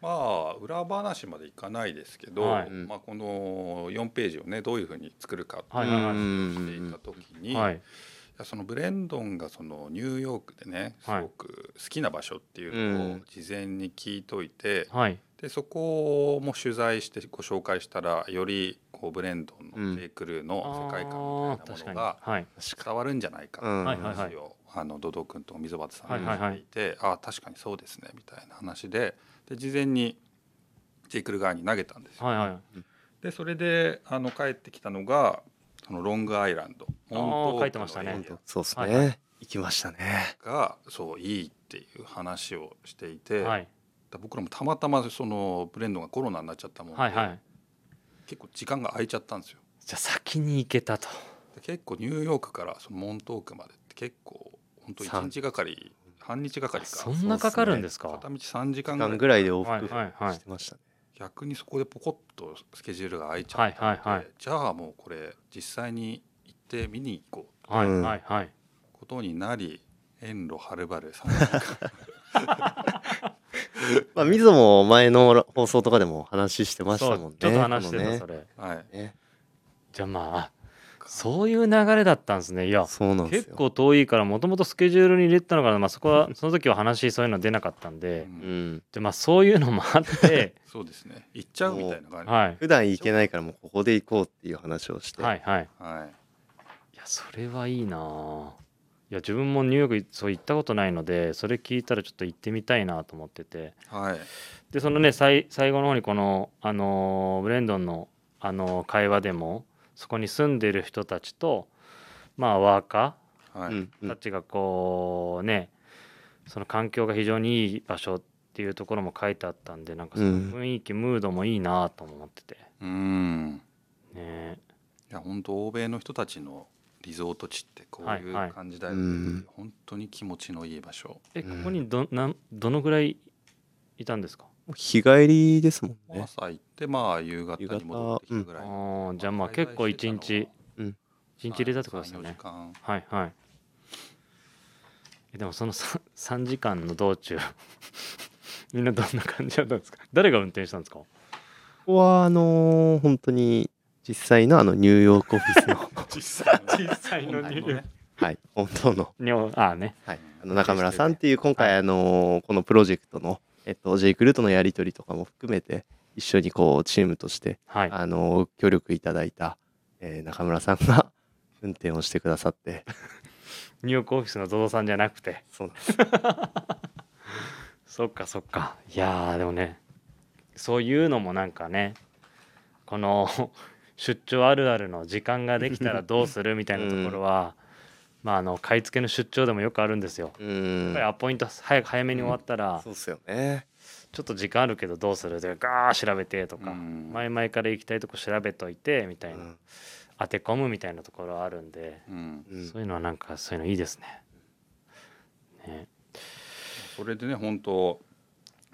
Speaker 2: まあ裏話までいかないですけど、
Speaker 1: はい
Speaker 2: まあ、この4ページをねどういうふうに作るかって
Speaker 1: はいはいはい
Speaker 2: いう話をしていた時に、
Speaker 1: はいい
Speaker 2: やそのブレンドンがそのニューヨークでねす
Speaker 1: はい
Speaker 2: ごく好きな場所っていうの
Speaker 3: う
Speaker 2: を
Speaker 3: ん
Speaker 2: 事前に聞いといて、
Speaker 1: はい
Speaker 2: でそこも取材してご紹介したらよりこうブレンドン
Speaker 3: うん
Speaker 2: の J. クルーの世界
Speaker 1: あ
Speaker 2: 観
Speaker 1: ー
Speaker 2: みた
Speaker 1: 確
Speaker 2: い
Speaker 1: か
Speaker 2: なも
Speaker 1: に
Speaker 2: のが
Speaker 1: はい
Speaker 2: 伝わるんじゃないか
Speaker 3: う
Speaker 1: はい
Speaker 3: ん
Speaker 1: はい
Speaker 2: 話をあのドド君と溝端さんに
Speaker 1: はいはいはい
Speaker 2: していて、ああ確かにそうですねみたいな話でで事前にジェイクル側に投げたんですよ。
Speaker 1: はいはい
Speaker 2: でそれであの帰ってきたのがそのロングアイランド
Speaker 1: あー
Speaker 2: モントークの
Speaker 1: 書いてましたね
Speaker 2: エ
Speaker 3: 本
Speaker 2: リ
Speaker 3: 当
Speaker 2: ア
Speaker 3: そうですね、
Speaker 1: はいは
Speaker 3: 行きましたね
Speaker 2: がそういいっていう話をしていて、
Speaker 1: はい
Speaker 2: だ僕らもたまたまそのブレンドンがコロナになっちゃったもんで、
Speaker 1: はいはい
Speaker 2: 結構時間が空いちゃったんですよ。
Speaker 1: じゃあ先に行けたと
Speaker 2: で結構ニューヨークからそのモントークまでって結構本当一
Speaker 3: さん
Speaker 2: 日がかり半日がかりか
Speaker 1: そんなかかるんですか
Speaker 2: 片道3時間
Speaker 3: 時
Speaker 2: ぐらい
Speaker 3: 間ぐら
Speaker 1: はい
Speaker 3: いで往復
Speaker 1: はいはい
Speaker 3: してましたね、
Speaker 2: 逆にそこでポコッとスケジュールが空いちゃ
Speaker 1: は
Speaker 2: っ
Speaker 1: いはい
Speaker 2: て、
Speaker 1: はい
Speaker 2: じゃあもうこれ実際に行って見に行こう
Speaker 1: はい
Speaker 3: うん
Speaker 1: はいはい
Speaker 2: ことになり遠路はるばる3時間
Speaker 1: (laughs)
Speaker 3: まあ水戸も前の放送とかでも話してまし
Speaker 1: そ
Speaker 3: た
Speaker 1: う
Speaker 3: もんね
Speaker 1: ちょっと話してたそ
Speaker 3: こ
Speaker 1: れ、
Speaker 2: はい
Speaker 3: のねね
Speaker 1: じゃあまあそういう流れだったんですねいや
Speaker 3: そうなんです
Speaker 1: 結
Speaker 3: よ
Speaker 1: 構遠いからもともとスケジュールに入れてたのかな、まあ、そこはその時は話そういうの出なかったんで、
Speaker 2: うん
Speaker 3: うん
Speaker 1: でまあそういうのもあって
Speaker 2: そうですね行っちゃうみたいな感じ、 (laughs) は
Speaker 1: はい
Speaker 3: 普段行けないからもうここで行こうっていう話をして、
Speaker 1: はいはい
Speaker 2: い
Speaker 1: いやそれはいいなあいや自分もニューヨークそう行ったことないのでそれ聞いたらちょっと行ってみたいなと思ってて
Speaker 2: はい
Speaker 1: でそのね最最後の方にこの、あのーブレンドンの、あのー会話でもそこに住んでる人たちとまあワーカ
Speaker 2: はい、
Speaker 3: うん
Speaker 1: ー
Speaker 3: うん
Speaker 1: たちがこうねその環境が非常にいい場所っていうところも書いてあったんでなんかその
Speaker 3: うん
Speaker 1: 雰囲気、ムードもいいなあとも思っててね
Speaker 2: うん
Speaker 1: え
Speaker 2: いや本当欧米の人たちのリゾート地ってこういう
Speaker 1: はいはい
Speaker 2: 感じだよ
Speaker 3: う
Speaker 2: ね、
Speaker 3: ん
Speaker 2: 本当に気持ちのいい場所、
Speaker 1: えこ
Speaker 3: うん
Speaker 1: こにどなんどのぐらいいたんですか
Speaker 3: もう日帰りですもんね
Speaker 2: 朝行ってまあ夕方に戻ってきたぐらい、
Speaker 1: ああじゃあまあ結構一日一日入れたってことですよ
Speaker 2: 3-4
Speaker 1: ね
Speaker 2: 時間
Speaker 1: はいはいえでもその (laughs) 3, 3時間の道中 (laughs) みんなどんな感じだったんですか誰が運転したんですか
Speaker 3: ここはあのー本当に実際のあのニューヨークオフィス (laughs) の
Speaker 2: 実際の
Speaker 1: 実際のニューヨーク
Speaker 3: はい本当の,、
Speaker 1: にょああね
Speaker 3: はい、あの中村さんっていう今回あのーこのプロジェクトの、えっと、ジェイクルートのやり取りとかも含めて一緒にこうチームとして、
Speaker 1: はい
Speaker 3: あのー協力いただいた、えー中村さんが運転をしてくださって
Speaker 1: ニューヨークオフィスの ZOZO さんじゃなくて
Speaker 3: そうなんです
Speaker 1: そっかそっかいやーでもねそういうのもなんかねこの (laughs) 出張あるあるの時間ができたらどうするみたいなところは、まああの買い付けの出張でもよくあるんですよ
Speaker 3: う
Speaker 1: やっ
Speaker 3: ん
Speaker 1: ぱりアポイント早く早めに終わったら、
Speaker 3: そうっすよね
Speaker 1: ちょっと時間あるけどどうするでガー調べてとか、
Speaker 2: うん
Speaker 1: 前々から行きたいとこ調べといてみたいな、
Speaker 3: うん
Speaker 1: 当て込むみたいなところあるんで、
Speaker 2: うん
Speaker 3: うん
Speaker 1: そういうのはなんかそういうのいいですね。ね
Speaker 2: それでね本当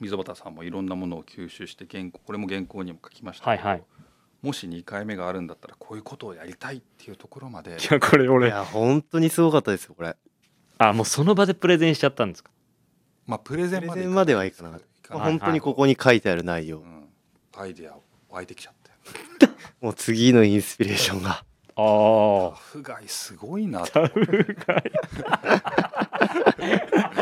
Speaker 2: 溝端さんもいろんなものを吸収して原稿これも原稿にも書きましたけど、
Speaker 1: はいはい。
Speaker 2: もし2回目があるんだったらこういうことをやりたいっていうところまで
Speaker 1: いやこれ
Speaker 3: い
Speaker 1: 俺
Speaker 3: や本当にすごかったですよこれ
Speaker 1: あもうその場でプレゼンしちゃったんですか。
Speaker 2: まあプレゼンま
Speaker 3: プレ
Speaker 2: で
Speaker 3: ゼンまではいかなかったまあ
Speaker 1: はい
Speaker 3: 本当にここに書いてある内容
Speaker 2: うん、アイデア湧いてきちゃって
Speaker 3: もう次のインスピレーションが
Speaker 1: (laughs) ああ (laughs)
Speaker 2: タフガイすごいな
Speaker 1: タ
Speaker 2: と
Speaker 1: フガイ
Speaker 2: い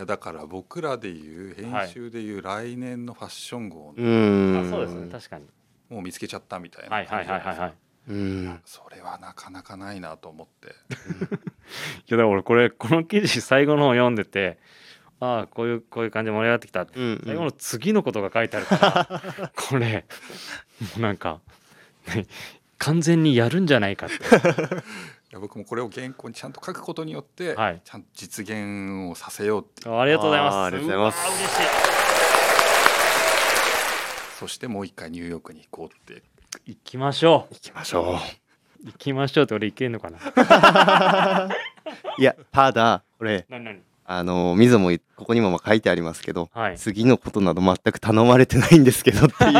Speaker 2: やだから僕らでいう
Speaker 1: はい
Speaker 2: 編集でいう来年のファッション号
Speaker 3: うーん。
Speaker 1: あそうですね確かに
Speaker 2: もう見つけちゃったみたいな
Speaker 1: はいはいはいはいはい
Speaker 3: うん。い
Speaker 2: それはなかなかないなと思って
Speaker 1: いやだから俺これこの記事最後の方読んでてああこういうこういう感じで盛り上がってきたって、
Speaker 3: うんうん
Speaker 1: 最後の次のことが書いてあるから (laughs) これもうなんかね完全にやるんじゃないかって
Speaker 2: いや僕もこれを原稿にちゃんと書くことによって、
Speaker 1: はい
Speaker 2: ちゃんと実現をさせようって
Speaker 1: あありがとうございます
Speaker 3: あーありがとうございます
Speaker 1: わー嬉
Speaker 2: そしてもう一回ニューヨークに行こうって
Speaker 1: しい行きましょ
Speaker 3: きましょ
Speaker 1: う行きましょうって俺行けんのかな
Speaker 3: う。いや、ただ、これ、
Speaker 1: 何何
Speaker 3: あの、水も言ここにもまあ書いてありますけど、
Speaker 1: はい
Speaker 3: 次のことなど全く頼まれてないんですけどっていう。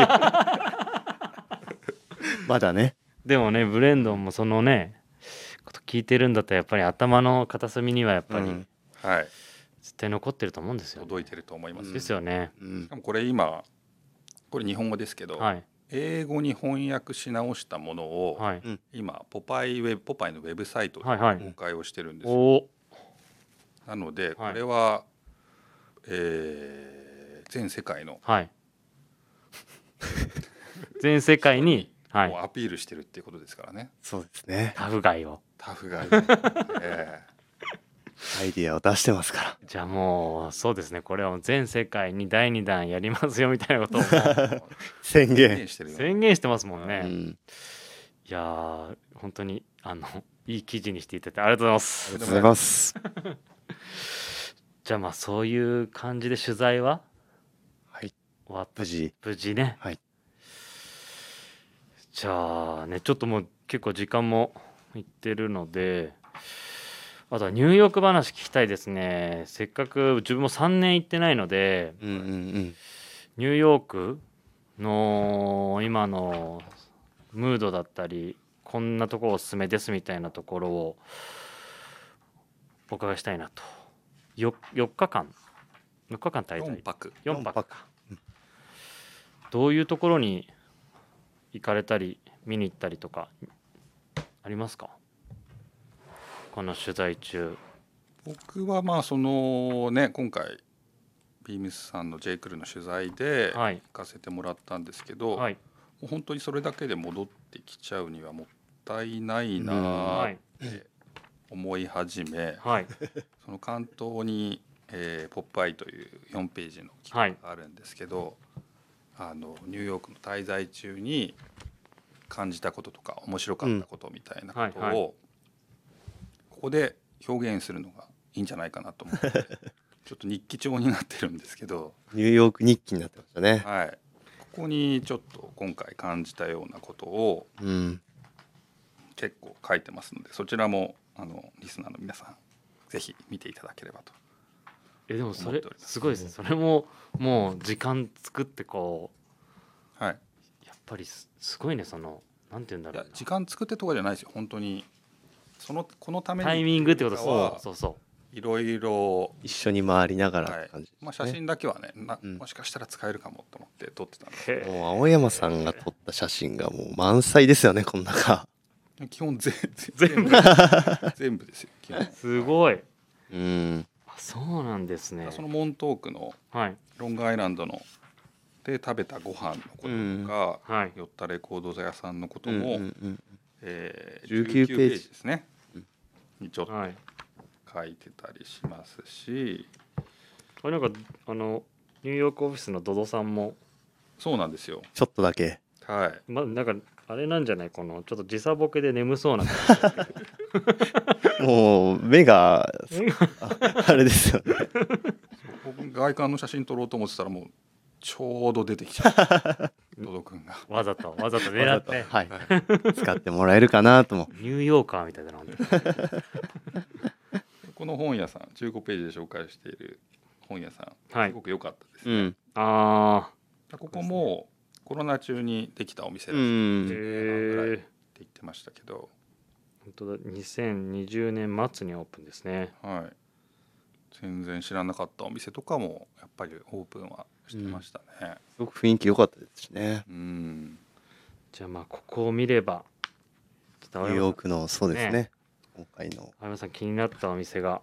Speaker 3: まだね。
Speaker 1: でもねブレンドンもそのねこと聞いてるんだったらやっぱり頭の片隅にはやっぱ
Speaker 3: う
Speaker 1: り
Speaker 3: ん
Speaker 2: はい
Speaker 1: 絶対残ってると思うんですよね、
Speaker 2: 届いてると思います、
Speaker 3: うん
Speaker 1: ですよね、
Speaker 3: うん
Speaker 2: しかもこれ今これ日本語ですけど、
Speaker 1: はい
Speaker 2: 英語に翻訳し直したものを、
Speaker 1: はい
Speaker 2: 今ポパイウェブポパイのウェブサイトで
Speaker 1: はいはい
Speaker 2: 公開をしてるんですよ、
Speaker 1: お
Speaker 2: なのでこ
Speaker 1: はい
Speaker 2: れは、えー全世界の
Speaker 1: はい
Speaker 2: (laughs)
Speaker 1: 全世界に、は
Speaker 2: もう
Speaker 1: い、
Speaker 2: アピールしてるっていうことですからね、
Speaker 3: そうですね。
Speaker 1: タフガイを
Speaker 2: タ
Speaker 1: (laughs)
Speaker 2: フがいい、え
Speaker 3: アイディアを出してますから。
Speaker 1: じゃあもうそうですねこれはもう全世界に第2弾やりますよみたいなことをも
Speaker 2: え
Speaker 3: 宣
Speaker 2: 宣
Speaker 3: 言。
Speaker 2: 言して (laughs)
Speaker 1: う
Speaker 2: るよね
Speaker 1: 宣言してますもんね、
Speaker 3: う
Speaker 1: い
Speaker 3: ん。
Speaker 1: やー本当にあの (laughs) いい記事にしていただいてありがとうございます
Speaker 3: ありがとうございます。
Speaker 1: じゃあまあそういう感じで取材は
Speaker 3: はい。
Speaker 1: 終わった
Speaker 3: 無事。
Speaker 1: 無事ね
Speaker 3: はい
Speaker 1: じゃあねちょっともう結構時間もいってるのであとはニューヨーク話聞きたいですねせっかく自分も3年行ってないので
Speaker 3: うんうんうん。
Speaker 1: ニューヨークの今のムードだったりこんなとこおすすめですみたいなところをお伺いしたいなと 4, 4日間4日間滞
Speaker 2: 4
Speaker 1: 在
Speaker 2: 泊
Speaker 1: 4泊
Speaker 3: 四泊
Speaker 1: かどういうところに行かれたり見に行ったりとかありますかこの取材中
Speaker 2: 僕はまあそのね今回ビームスさんのジェイクルの取材で行
Speaker 1: はい
Speaker 2: かせてもらったんですけど、
Speaker 1: はい
Speaker 2: もう本当にそれだけで戻ってきちゃうにはもったいないな
Speaker 1: は
Speaker 2: ーっ
Speaker 1: い
Speaker 2: て思い始め、
Speaker 1: はい
Speaker 2: その関東に、えーポップアイ」という4ページの記
Speaker 1: はい
Speaker 2: 事があるんですけど、あのニューヨークの滞在中に感じたこととか面白かったことみたいなことを、
Speaker 1: うんはいは
Speaker 2: ここで表現するのがいいんじゃないかなと思って
Speaker 1: (laughs)
Speaker 2: ちょっと日記帳になってるんですけど、
Speaker 3: ニューヨーク日記になってましたね。
Speaker 2: はい、ここにちょっと今回感じたようなことを
Speaker 3: うん。
Speaker 2: 結構書いてますのでそちらもあのリスナーの皆さんぜひ見ていただければと。
Speaker 1: えでもそ
Speaker 2: 思っ
Speaker 1: れ
Speaker 2: ております
Speaker 1: すごいですねそれももう時間作ってこ
Speaker 2: はい、
Speaker 1: うやっぱりすすごいねそのなんて言うんだ
Speaker 2: い
Speaker 1: ろ
Speaker 2: や
Speaker 1: うな
Speaker 2: 時間作ってとかじゃないですよ本当にそのこのために
Speaker 1: タイミングってことです
Speaker 2: は
Speaker 1: そうそう
Speaker 2: いろいろ、
Speaker 3: 一緒に回りながらって感じですね、
Speaker 2: まあ、写真だけはねな
Speaker 3: うん
Speaker 2: もしかしたら使えるかもと思って撮ってたんです
Speaker 1: そうへえ
Speaker 3: もう青山さんが撮った写真がもう満載ですよね、この中。
Speaker 2: 基本全
Speaker 1: 全
Speaker 2: 全
Speaker 1: 部
Speaker 2: 部全部ですよ基本
Speaker 1: すごい
Speaker 3: うん。
Speaker 1: あそうなんですね
Speaker 2: そのモントークの
Speaker 1: はい
Speaker 2: ロングアイランドので食べたご飯のこととか、
Speaker 1: はい
Speaker 2: 寄ったレコード屋さんのこと
Speaker 3: うん
Speaker 2: も、
Speaker 3: うんうん
Speaker 2: えー
Speaker 3: 19
Speaker 2: 19
Speaker 3: ペ
Speaker 2: ペ
Speaker 3: ージ
Speaker 2: ージですね、
Speaker 3: うん
Speaker 2: にちょっと
Speaker 1: はい
Speaker 2: 書いてたりしますし
Speaker 1: これなんかあのニューヨークオフィスのドドさんも
Speaker 2: そうなんですよ
Speaker 3: ちょっとだけ。
Speaker 2: はい
Speaker 1: まなんかあれなんじゃないこのちょっと時差ボケで眠そうな
Speaker 3: もう目が、ああれですよね。
Speaker 2: 僕外観の写真撮ろうと思ってたらもうちょうど出てきちゃった
Speaker 3: (laughs)
Speaker 2: ドド君が
Speaker 1: わざ (laughs) とわざと狙っ
Speaker 3: わ
Speaker 1: て
Speaker 3: ざとはい。使ってもらえるかなとも。
Speaker 1: ニューヨーカーみたいだな本当に
Speaker 2: この本屋さん15ページで紹介している本屋さん、
Speaker 1: はい
Speaker 2: すごく良かったです、
Speaker 3: うん。
Speaker 1: あ
Speaker 2: ここもコロナ中にできたお店
Speaker 3: う
Speaker 2: だって
Speaker 1: ー
Speaker 3: ん。
Speaker 1: へえ
Speaker 2: 言ってましたけど、
Speaker 1: 本当だ2020年末にオープンですね
Speaker 2: はい、全然知らなかったお店とかもやっぱりオープンはしてましたね
Speaker 3: すごく雰囲気良かったですしね。
Speaker 2: うん、
Speaker 1: じゃあまあここを見ればちょっと青山さん
Speaker 3: ニューヨークの、そうですね。今回の。
Speaker 1: 青山さん気になったお店が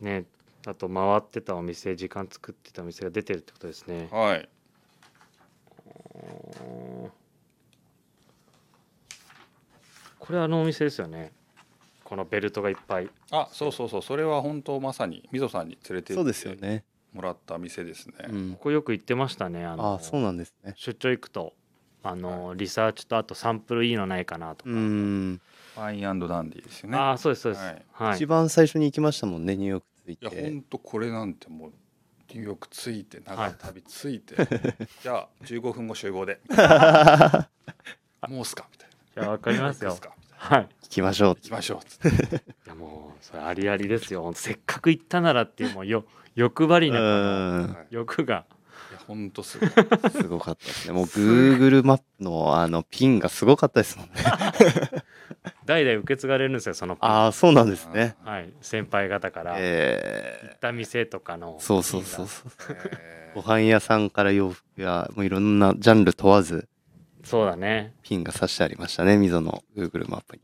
Speaker 1: ねあと回ってたお店時間作ってたお店が出てるってことですね
Speaker 2: はい。
Speaker 1: おーこれあのお店ですよねこのベルトがいっぱい
Speaker 2: あ、そうそうそう。それは本当まさにみぞさんに連れて
Speaker 3: そ
Speaker 2: 行
Speaker 3: う
Speaker 2: っ
Speaker 3: ですよ
Speaker 2: て
Speaker 3: ね。
Speaker 2: もらった店ですね。
Speaker 3: うん
Speaker 1: こ、こよく行ってましたねあの
Speaker 3: あそうなんですね。
Speaker 1: 出張行くとあの、リサーチとあとサンプルいいのないかなとか、
Speaker 3: うん、
Speaker 2: ファインアンドダンディですよね。
Speaker 1: ああそうですそうです
Speaker 2: は
Speaker 1: はいい、
Speaker 3: 一番最初に行きましたもんねニューヨーク着い
Speaker 2: いや
Speaker 3: て。
Speaker 2: 本当これなんてもうニューヨークついて長
Speaker 1: はい
Speaker 2: い旅つい
Speaker 3: (laughs)
Speaker 2: て、じゃあ15分後集合でもうっすかみたい
Speaker 1: いやわかり
Speaker 2: な
Speaker 1: ま
Speaker 2: 行
Speaker 1: す
Speaker 2: くっ
Speaker 1: よ
Speaker 2: すかみたいな
Speaker 1: はい
Speaker 3: 行きましょう
Speaker 2: 行。きましょうっつって
Speaker 1: いやもうそれありありですよほんとせっかく行ったならっていうもうよ (laughs) 欲張
Speaker 3: う
Speaker 1: りなこの
Speaker 3: ん
Speaker 2: は、いい
Speaker 1: 欲が
Speaker 2: や本当すごい
Speaker 3: すごかったですね。もう Google マップのあのピンがすごかったですもんね。
Speaker 1: 代々受け継がれるんですよその
Speaker 3: (laughs) ああ、そうなんですね。
Speaker 1: はい先輩方から行
Speaker 3: え
Speaker 1: った店とかの
Speaker 3: ー、そうそうそうそう。
Speaker 2: え
Speaker 3: ご飯屋さんから洋服やもういろんなジャンル問わず
Speaker 1: そうだね
Speaker 3: ピンが刺してありましたね。溝の Google マップに。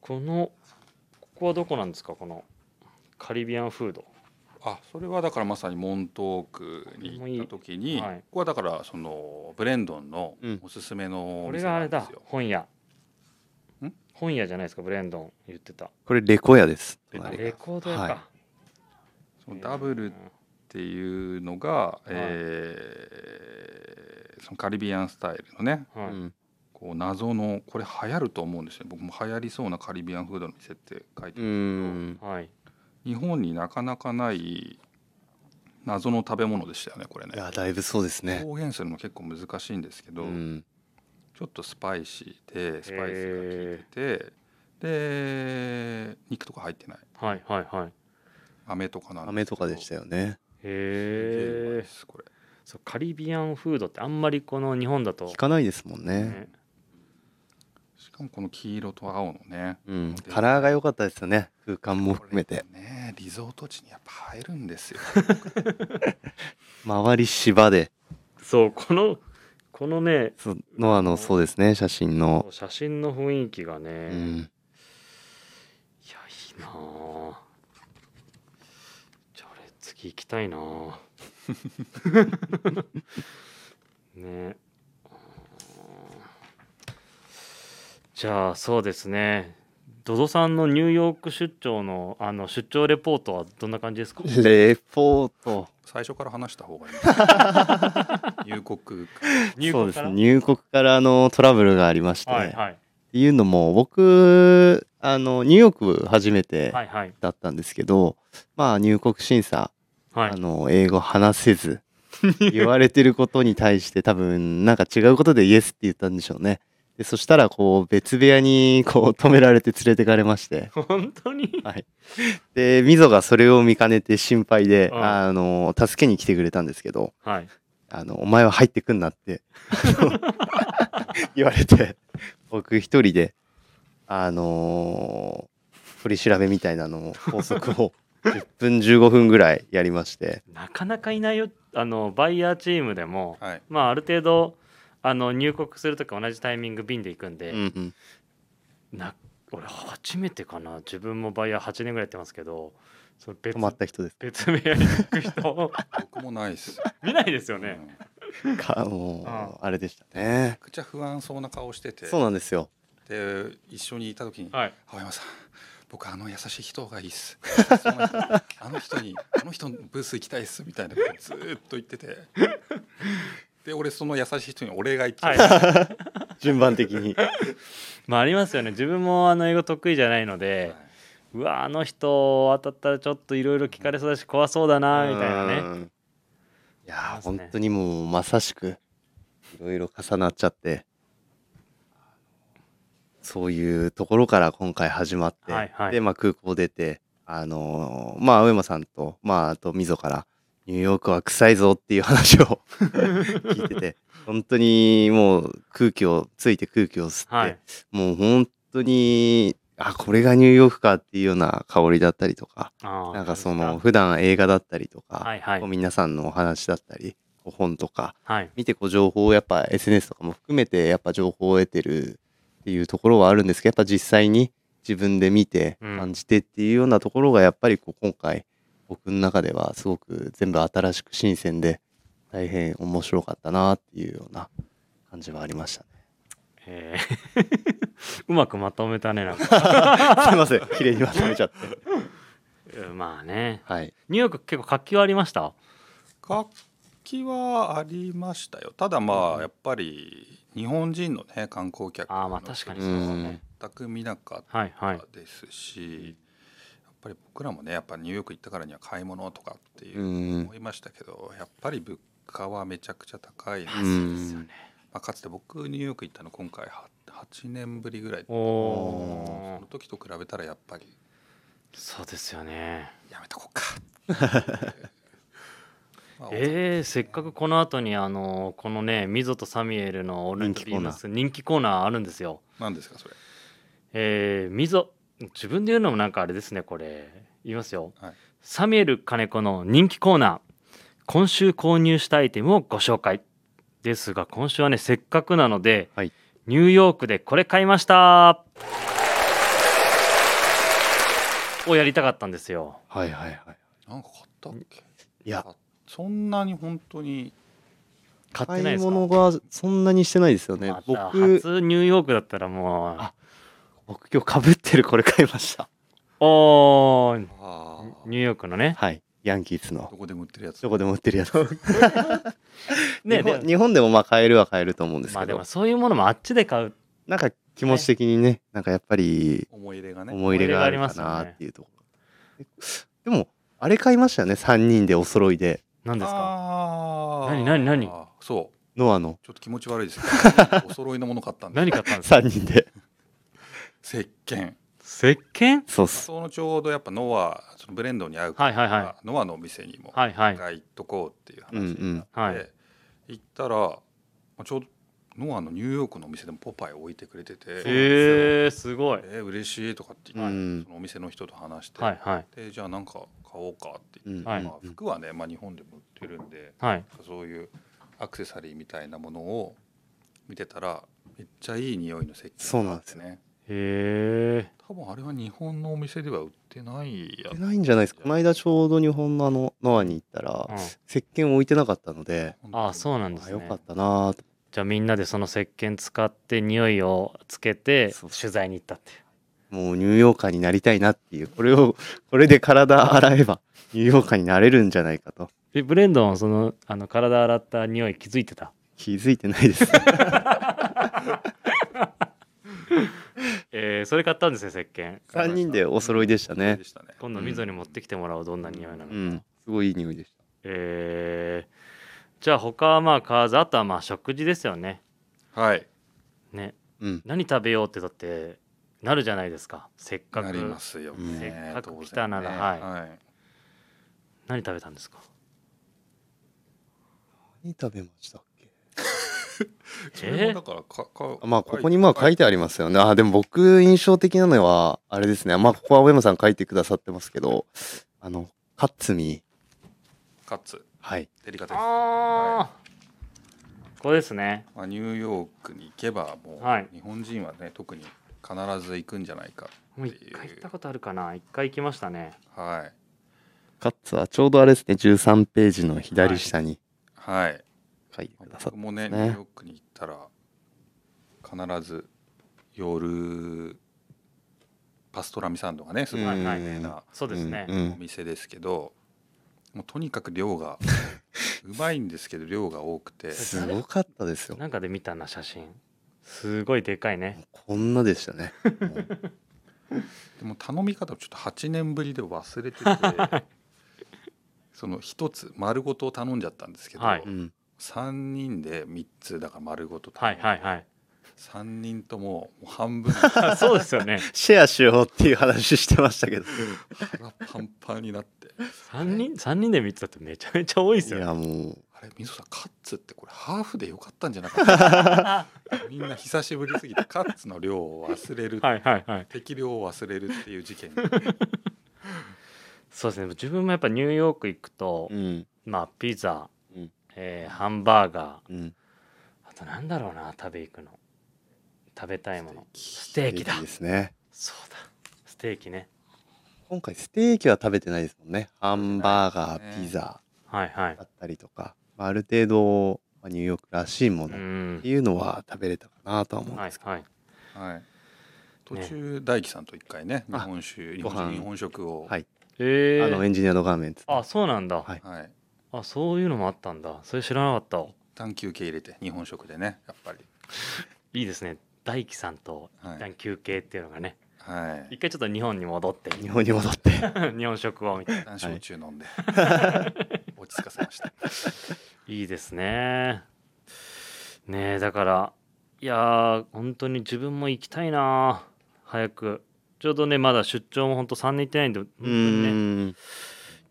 Speaker 1: このここはどこなんですかこのカリビアンフード
Speaker 2: ーあそれはだからまさにモントークに行った時に
Speaker 1: はい
Speaker 2: ここはだからそのブレンドンの
Speaker 3: うん
Speaker 2: おすすめの
Speaker 1: こ
Speaker 2: お
Speaker 1: れ
Speaker 2: 店
Speaker 1: があ
Speaker 2: な
Speaker 1: れ
Speaker 2: んで
Speaker 1: だ
Speaker 2: すよ、
Speaker 1: 本屋
Speaker 2: ん
Speaker 1: 本屋じゃないですかブレンドン言ってた
Speaker 3: これレコ屋です。
Speaker 2: レコ
Speaker 3: 隣が
Speaker 1: レコード屋か、
Speaker 3: はい
Speaker 2: そのダブルっていうのが、
Speaker 1: い
Speaker 2: えーそのカリビアンスタイルのね
Speaker 1: うんは
Speaker 3: う
Speaker 1: い
Speaker 3: ん
Speaker 2: こう謎のこれ流行ると思うんですよ僕も流行りそうなカリビアンフードの店って書いてある
Speaker 3: うん。
Speaker 1: はい
Speaker 2: 日本になかなかない謎の食べ物でしたよねこれ
Speaker 3: い
Speaker 2: ね
Speaker 3: やだいぶそうですね。
Speaker 2: 表現するの結構難しいんですけ
Speaker 3: う
Speaker 2: ど、
Speaker 3: ん。
Speaker 2: ちょっとスパイシーでスパイスが効い
Speaker 1: へ
Speaker 2: ててで肉とか入ってない
Speaker 1: はいはいはい
Speaker 2: 飴とかなん
Speaker 3: 飴とかでしたたよね。
Speaker 1: へえ
Speaker 2: ですこれ
Speaker 1: そうカリビアンフードってあんまりこの日本だと
Speaker 3: 聞かないですもんね。
Speaker 1: ね
Speaker 2: しかもこの黄色と青のね
Speaker 3: うん。カラーが良かったですよね。空間も含めて
Speaker 2: こ。れねリゾート地にやっぱ入るんですよ
Speaker 3: 周り芝で。
Speaker 1: そうこのこのね
Speaker 3: そのあのそうですね写真の、
Speaker 1: 写真の雰囲気がね、
Speaker 3: う
Speaker 1: い
Speaker 3: ん、
Speaker 1: やいいなあじゃあ俺次行きたいな
Speaker 3: (laughs)
Speaker 1: あねうんじゃあそうですねドドさんのニューヨーク出張のあの出張レポートはどんな感じですか (laughs)
Speaker 3: レポート
Speaker 2: 最初から話した方
Speaker 3: (laughs)
Speaker 2: がいい入国
Speaker 1: 入
Speaker 3: そ
Speaker 1: 国か
Speaker 3: うです
Speaker 1: ら
Speaker 3: ね入国からあのトラブルがありまして、
Speaker 1: はい
Speaker 3: っ
Speaker 1: はい
Speaker 3: ていうのも僕あのニューヨーク初めて
Speaker 1: はいはい
Speaker 3: だったんですけど、まあ入国審査、
Speaker 1: はい
Speaker 3: あの英語話
Speaker 1: (laughs)
Speaker 3: せず言われてることに対して多分なんか違うことでイエスって言ったんでしょうねでそしたらこう別部屋にこう止められて連れてかれまして
Speaker 1: 本当に
Speaker 3: はい、でみぞがそれを見かねて心配で、
Speaker 1: うん
Speaker 3: あの助けに来てくれたんですけど
Speaker 1: はい
Speaker 3: あの「お前は入ってくんな」って (laughs) あの言われて僕一人であの取り調べみたいなのを法則を10分15分ぐらいやりまして
Speaker 1: なかなかいないよあのバイヤーチームでも
Speaker 2: はい
Speaker 1: まあある程度あの入国するとき同じタイミング便で行くん
Speaker 3: う
Speaker 1: で、
Speaker 3: んうん
Speaker 1: な俺初めてかな自分もバイヤー8年ぐらいやってますけどその別
Speaker 3: 止まった人です
Speaker 1: 別部屋に行く
Speaker 3: (laughs)
Speaker 1: 人
Speaker 2: 僕もないっす
Speaker 1: 見ないですよ
Speaker 2: よね
Speaker 1: (laughs) ね、
Speaker 2: めち
Speaker 3: かもうあれでした
Speaker 2: ゃ
Speaker 3: ね
Speaker 2: くちゃ不安そうな顔してて
Speaker 3: そうなんですよ
Speaker 2: で一緒にいた時に
Speaker 1: はい
Speaker 2: 「青山さん僕あの優しい人がいいっす (laughs) その人あの人にあの人のブース行きたいっす」みたいなことずーっと言っててで俺その優しい人にお礼が言っちゃ
Speaker 3: (laughs)
Speaker 2: う、
Speaker 1: はい
Speaker 3: 順番的に
Speaker 1: まあありますよね自分もあの英語得意じゃないので、
Speaker 2: はいう
Speaker 1: わあの人当たったらちょっといろいろ聞かれそうだし怖そうだなみたいなね
Speaker 3: ねいやー
Speaker 1: そう
Speaker 3: 本
Speaker 1: ですね
Speaker 3: 当にもうまさしくいろいろ重なっちゃってそういうところから今回始まって、
Speaker 1: はいはい
Speaker 3: で、まあ、空港出てあのーまあ青山さんとまああと溝からニューヨークは臭いぞっていう話を (laughs) 聞いてて本当にもう空気をついて空気を吸って、
Speaker 1: はい
Speaker 3: もう本当にあこれがニューヨークかっていうような香りだったりとか
Speaker 1: あー
Speaker 3: なんかそ
Speaker 1: そう
Speaker 3: の
Speaker 1: です
Speaker 3: 普段映画だったりとか、
Speaker 1: はいはい
Speaker 3: こう皆さんのお話だったりこう本とか
Speaker 1: かはい
Speaker 3: 見てこう情報をやっぱ SNS とかも含めてやっぱ情報を得てるっていうところはあるんですけどやっぱ実際に自分で見て
Speaker 1: うん
Speaker 3: 感じてっていうようなところがやっぱりこう今回僕の中ではすごく全部新しく新鮮で大変面白かったなっていうような感じはありましたね。
Speaker 1: (laughs) えー (laughs) うまくまとめたねなん (laughs) か
Speaker 3: すいません綺麗にまとめちゃって。
Speaker 1: うんまあね
Speaker 3: はい、
Speaker 1: ニューヨーク結構活気はありました
Speaker 2: 活気はありましたよただまあやっぱり日本人のね観光客
Speaker 1: ああまあ確かに
Speaker 3: う
Speaker 1: そうだね
Speaker 3: ん
Speaker 2: 全く見なかっ
Speaker 1: はいはい
Speaker 2: たですしやっぱり僕らもねやっぱニューヨーク行ったからには買い物とかっていううん思いましたけどやっぱり物価はめちゃくちゃ高いな、
Speaker 1: あ
Speaker 2: ま
Speaker 1: そうですよね
Speaker 2: あ、かつて僕ニューヨーク行ったの今回は8年ぶりぐらい
Speaker 1: お
Speaker 2: そ
Speaker 1: お
Speaker 2: の時と比べたらやっぱり
Speaker 1: そうですよね
Speaker 2: やめとこうかまあ
Speaker 1: えー、せっかくこの後にあのこのねミゾとサミュエルの「オールナイトビームス」人気コーナーあるんですよ
Speaker 2: 何ですかそれ
Speaker 1: えー、ミゾ自分で言うのもなんかあれですねこれ言いますよ、
Speaker 2: はい
Speaker 1: サミュエル金子の人気コーナー今週購入したアイテムをご紹介ですが今週はねせっかくなので、
Speaker 3: はい
Speaker 1: ニューヨークでこれ買いましたをやりたかったんですよ
Speaker 3: はいはいはい。
Speaker 2: なんか買ったっけ
Speaker 3: いや
Speaker 2: そんなに本当に
Speaker 1: 買ってな
Speaker 3: 買
Speaker 1: いで
Speaker 3: い
Speaker 1: すか
Speaker 3: 物がそんなにしてないですよね
Speaker 1: ま。た
Speaker 3: 僕
Speaker 1: 初ニューヨークだったらも
Speaker 3: あ僕今日かぶってるこれ買いました。
Speaker 1: うおー
Speaker 2: あー
Speaker 1: ニューヨークのね
Speaker 3: はい。ヤンキースの
Speaker 2: どこでも売ってるやつ
Speaker 3: どこでも売ってるやつ。
Speaker 1: (laughs) ね
Speaker 3: 日本
Speaker 1: で
Speaker 3: 日本でもまあ買えるは買えると思うんです
Speaker 1: まあ
Speaker 3: け
Speaker 1: で
Speaker 3: ど、
Speaker 1: もそういうものもあっちで買う
Speaker 3: なんか気持ち的にねなんかやっぱり
Speaker 2: 思い入れがね
Speaker 3: 思い入れがあるかなっていうところ、でもあれ買いましたよね3人でお揃いで
Speaker 1: なんですか
Speaker 2: あー
Speaker 1: 何何何
Speaker 2: そう
Speaker 3: ノアの
Speaker 2: ちょっと気持ち悪いですけどお揃いのもの買ったんで
Speaker 1: 何買ったんですか
Speaker 3: 3人で
Speaker 2: す石鹸
Speaker 1: 石鹸
Speaker 3: そうっす
Speaker 2: そのちょうどやっぱノアそのブレンドに合うか
Speaker 1: はい
Speaker 2: ら、
Speaker 1: はいは
Speaker 2: ノアのお店にも
Speaker 1: いはいはい
Speaker 2: 買いとこうっていう話になって、
Speaker 1: うんうんはい
Speaker 2: 行ったらまあちょうどノアのニューヨークのお店でもポパイ置いてくれてて、
Speaker 1: えー、すごい
Speaker 2: えー嬉しいとかって言
Speaker 3: う
Speaker 2: って、
Speaker 3: ん
Speaker 2: そのお店の人と話して、
Speaker 1: はいはい
Speaker 2: でじゃあなんか買おうかって言って、
Speaker 3: うん
Speaker 1: はい
Speaker 2: まあ、服はね、まあ、日本でも売ってるんで
Speaker 1: はい
Speaker 2: そういうアクセサリーみたいなものを見てたらめっちゃいい匂いの石鹸
Speaker 3: そうなんですよ
Speaker 2: ね
Speaker 1: へえ
Speaker 2: 多分あれは日本のお店では売ってないや
Speaker 3: 売ってないんじゃないですかこの間ちょうど日本のあのノアに行ったら、
Speaker 1: うん
Speaker 3: 石鹸置いてなかったので
Speaker 1: ああそうなんです
Speaker 3: あ
Speaker 1: ね
Speaker 3: よかったなーと
Speaker 1: じゃあみんなでその石鹸使って匂いをつけて
Speaker 3: そうそう
Speaker 1: 取材に行ったっていう
Speaker 3: もうニューヨーカーになりたいなっていうこれをこれで体洗えばニューヨーカーになれるんじゃないかと
Speaker 1: えブレンドンはそのあの体洗った匂い気づいてた
Speaker 3: 気づいてないです、
Speaker 1: えー、それ買ったんですね石鹸
Speaker 3: 三人でお揃いでしたね
Speaker 2: でしたね
Speaker 1: 今度溝に持ってきてもらおうどんな匂いなのか、
Speaker 3: うん、すごいいい匂いでした
Speaker 1: えー、じゃあ他はまあ買わずあとはまあ食事ですよね
Speaker 2: はい
Speaker 1: ね
Speaker 3: うん
Speaker 1: 何食べようってだってなるじゃないですかせっか
Speaker 2: なり
Speaker 1: く
Speaker 2: ますよ
Speaker 3: うん
Speaker 2: ね
Speaker 1: せっかく
Speaker 2: 当然
Speaker 1: 来たなら
Speaker 2: ね
Speaker 1: はい
Speaker 2: はい
Speaker 1: 何食べたんですか
Speaker 3: 何食べましたっけ
Speaker 2: それもだからかか
Speaker 3: まあここにまあ書いてありますよね。あでも僕印象的なのはあれですね。まあここは青山さん書いてくださってますけど、あのカッツミ
Speaker 2: カツ
Speaker 3: はい
Speaker 2: デリカテス
Speaker 1: あーこれですね
Speaker 2: まあ、ニューヨークに行けばもう、
Speaker 1: はい
Speaker 2: 日本人はね特に必ず行くんじゃないか
Speaker 1: もう一回行ったことあるかな一回行きましたね
Speaker 2: はい
Speaker 3: カッツはちょうどあれですね。13ページの左下に
Speaker 2: はい
Speaker 3: 書いてくださ
Speaker 2: 僕
Speaker 3: って、
Speaker 2: もね
Speaker 3: ね
Speaker 2: ニューヨークに行ったら必ず夜パストラミサンドがねすごい
Speaker 1: は
Speaker 2: 有
Speaker 1: いはい
Speaker 2: 名な
Speaker 1: そうですね、
Speaker 3: うん
Speaker 2: お店ですけど、もうとにかく量がうまいんですけど量が多くて
Speaker 3: すごかったですよ。
Speaker 1: なんかで見たな写真すごいでかいね
Speaker 3: こんなでしたね。もう、
Speaker 2: でも頼み方をちょっと8年ぶりで忘れててその一つ丸ごと頼んじゃったんですけど、
Speaker 1: はいううん
Speaker 2: 3人で3つだから丸ごと
Speaker 1: は
Speaker 2: 頼
Speaker 1: い
Speaker 2: んで、
Speaker 1: はいはい
Speaker 3: (laughs)
Speaker 2: 3人とももう半分
Speaker 1: あそうですよね
Speaker 3: シェアしようっていう話してましたけど。
Speaker 2: 腹パンパンになって
Speaker 1: 三人三人で見てたってめちゃめちゃ多いです
Speaker 3: い
Speaker 1: よね
Speaker 3: やもう
Speaker 2: あれみそさんカッツってこれハーフでよかったんじゃなかったみんな久しぶりすぎてカッツの量を忘れる、
Speaker 1: はいはいはい
Speaker 2: 適量を忘れるっていう事件
Speaker 1: そうですね自分もやっぱニューヨーク行くと、
Speaker 3: うん
Speaker 1: まあピザ、
Speaker 3: うん
Speaker 1: えーハンバーガー
Speaker 3: うん
Speaker 1: あとなんだろうな食べ行くの食べたいもの
Speaker 2: 素
Speaker 1: ステー
Speaker 3: 素
Speaker 1: キ
Speaker 3: 敵
Speaker 1: だ
Speaker 3: ですね。
Speaker 1: そうだステーキね
Speaker 3: 今回ステーキは食べてないですもんね。ハンバーガ
Speaker 2: ね
Speaker 3: ー、ピザ
Speaker 1: はいはい
Speaker 3: だったりとか、まあある程度まあニューヨークらしいも
Speaker 1: う
Speaker 3: のっ
Speaker 1: ん
Speaker 3: ていうのは食べれたかなとは思うん
Speaker 1: は
Speaker 3: で
Speaker 1: い
Speaker 3: すけ
Speaker 1: はい
Speaker 2: はい。途中大樹さんと一回ね日
Speaker 3: あ
Speaker 2: 本酒日
Speaker 3: ご
Speaker 2: 本
Speaker 3: 飯
Speaker 2: 酒日本食を
Speaker 3: ど、はい。
Speaker 1: え
Speaker 3: あ
Speaker 1: ー、
Speaker 3: のエンジニアの画面
Speaker 1: あそうなんだ、
Speaker 3: はい
Speaker 2: はい。
Speaker 1: あそういうのもあったんだそれ知らなかった
Speaker 2: 探求系入れて日本食でねやっぱり
Speaker 1: いいですね大輝さんと一
Speaker 2: は
Speaker 1: 旦
Speaker 2: い
Speaker 1: 休憩っていうのがね、
Speaker 2: はい
Speaker 1: 一回ちょっと日本に戻って
Speaker 3: 日本に戻って。
Speaker 1: (laughs) 日本食をみたいな
Speaker 2: 男焼酎飲んで落ち着かせました
Speaker 1: いいですねねえだからいやー本当に自分も行きたいな早くちょうどねまだ出張も本当3年行ってないんで本当
Speaker 3: う
Speaker 1: にね
Speaker 3: ーん。
Speaker 1: ニ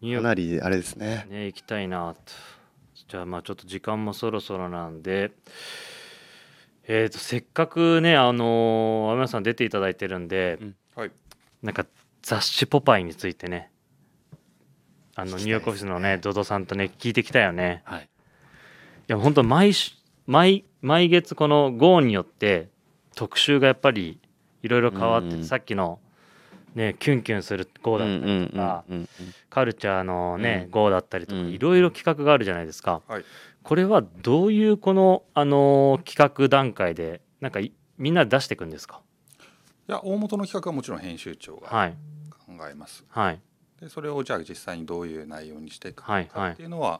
Speaker 1: ューヨー
Speaker 3: か
Speaker 1: ク
Speaker 3: なりあれですね。
Speaker 1: ね行きたいなとじゃあまあちょっと時間もそろそろなんでえー、とせっかくねあのー、雨宮さん出ていただいてるんで、
Speaker 3: うん
Speaker 2: はい
Speaker 1: なんか雑誌「ポパイ」についてねあの
Speaker 3: 聞きたいですね
Speaker 1: ニューヨークオフィスのねドドさんとね聞いてきたよね
Speaker 3: はい。
Speaker 1: いや本当毎週毎毎月この号によって特集がやっぱりいろいろ変わってて、
Speaker 3: うん
Speaker 1: さっきのねキュンキュンする号だったりとか、
Speaker 3: うんうんうんうん
Speaker 1: カルチャーのね、
Speaker 3: うん
Speaker 1: 号だったりとか
Speaker 3: うん
Speaker 1: いろいろ企画があるじゃないですか、
Speaker 2: はい
Speaker 1: これはどういうこの、あのー企画段階でなんかいみんな出していくんですか
Speaker 2: いや大元の企画はもちろん編集長が
Speaker 1: はい
Speaker 2: 考えます
Speaker 1: はい
Speaker 2: でそれをじゃあ実際にどういう内容にしていく
Speaker 1: はいは
Speaker 2: か
Speaker 1: い
Speaker 2: っていうのは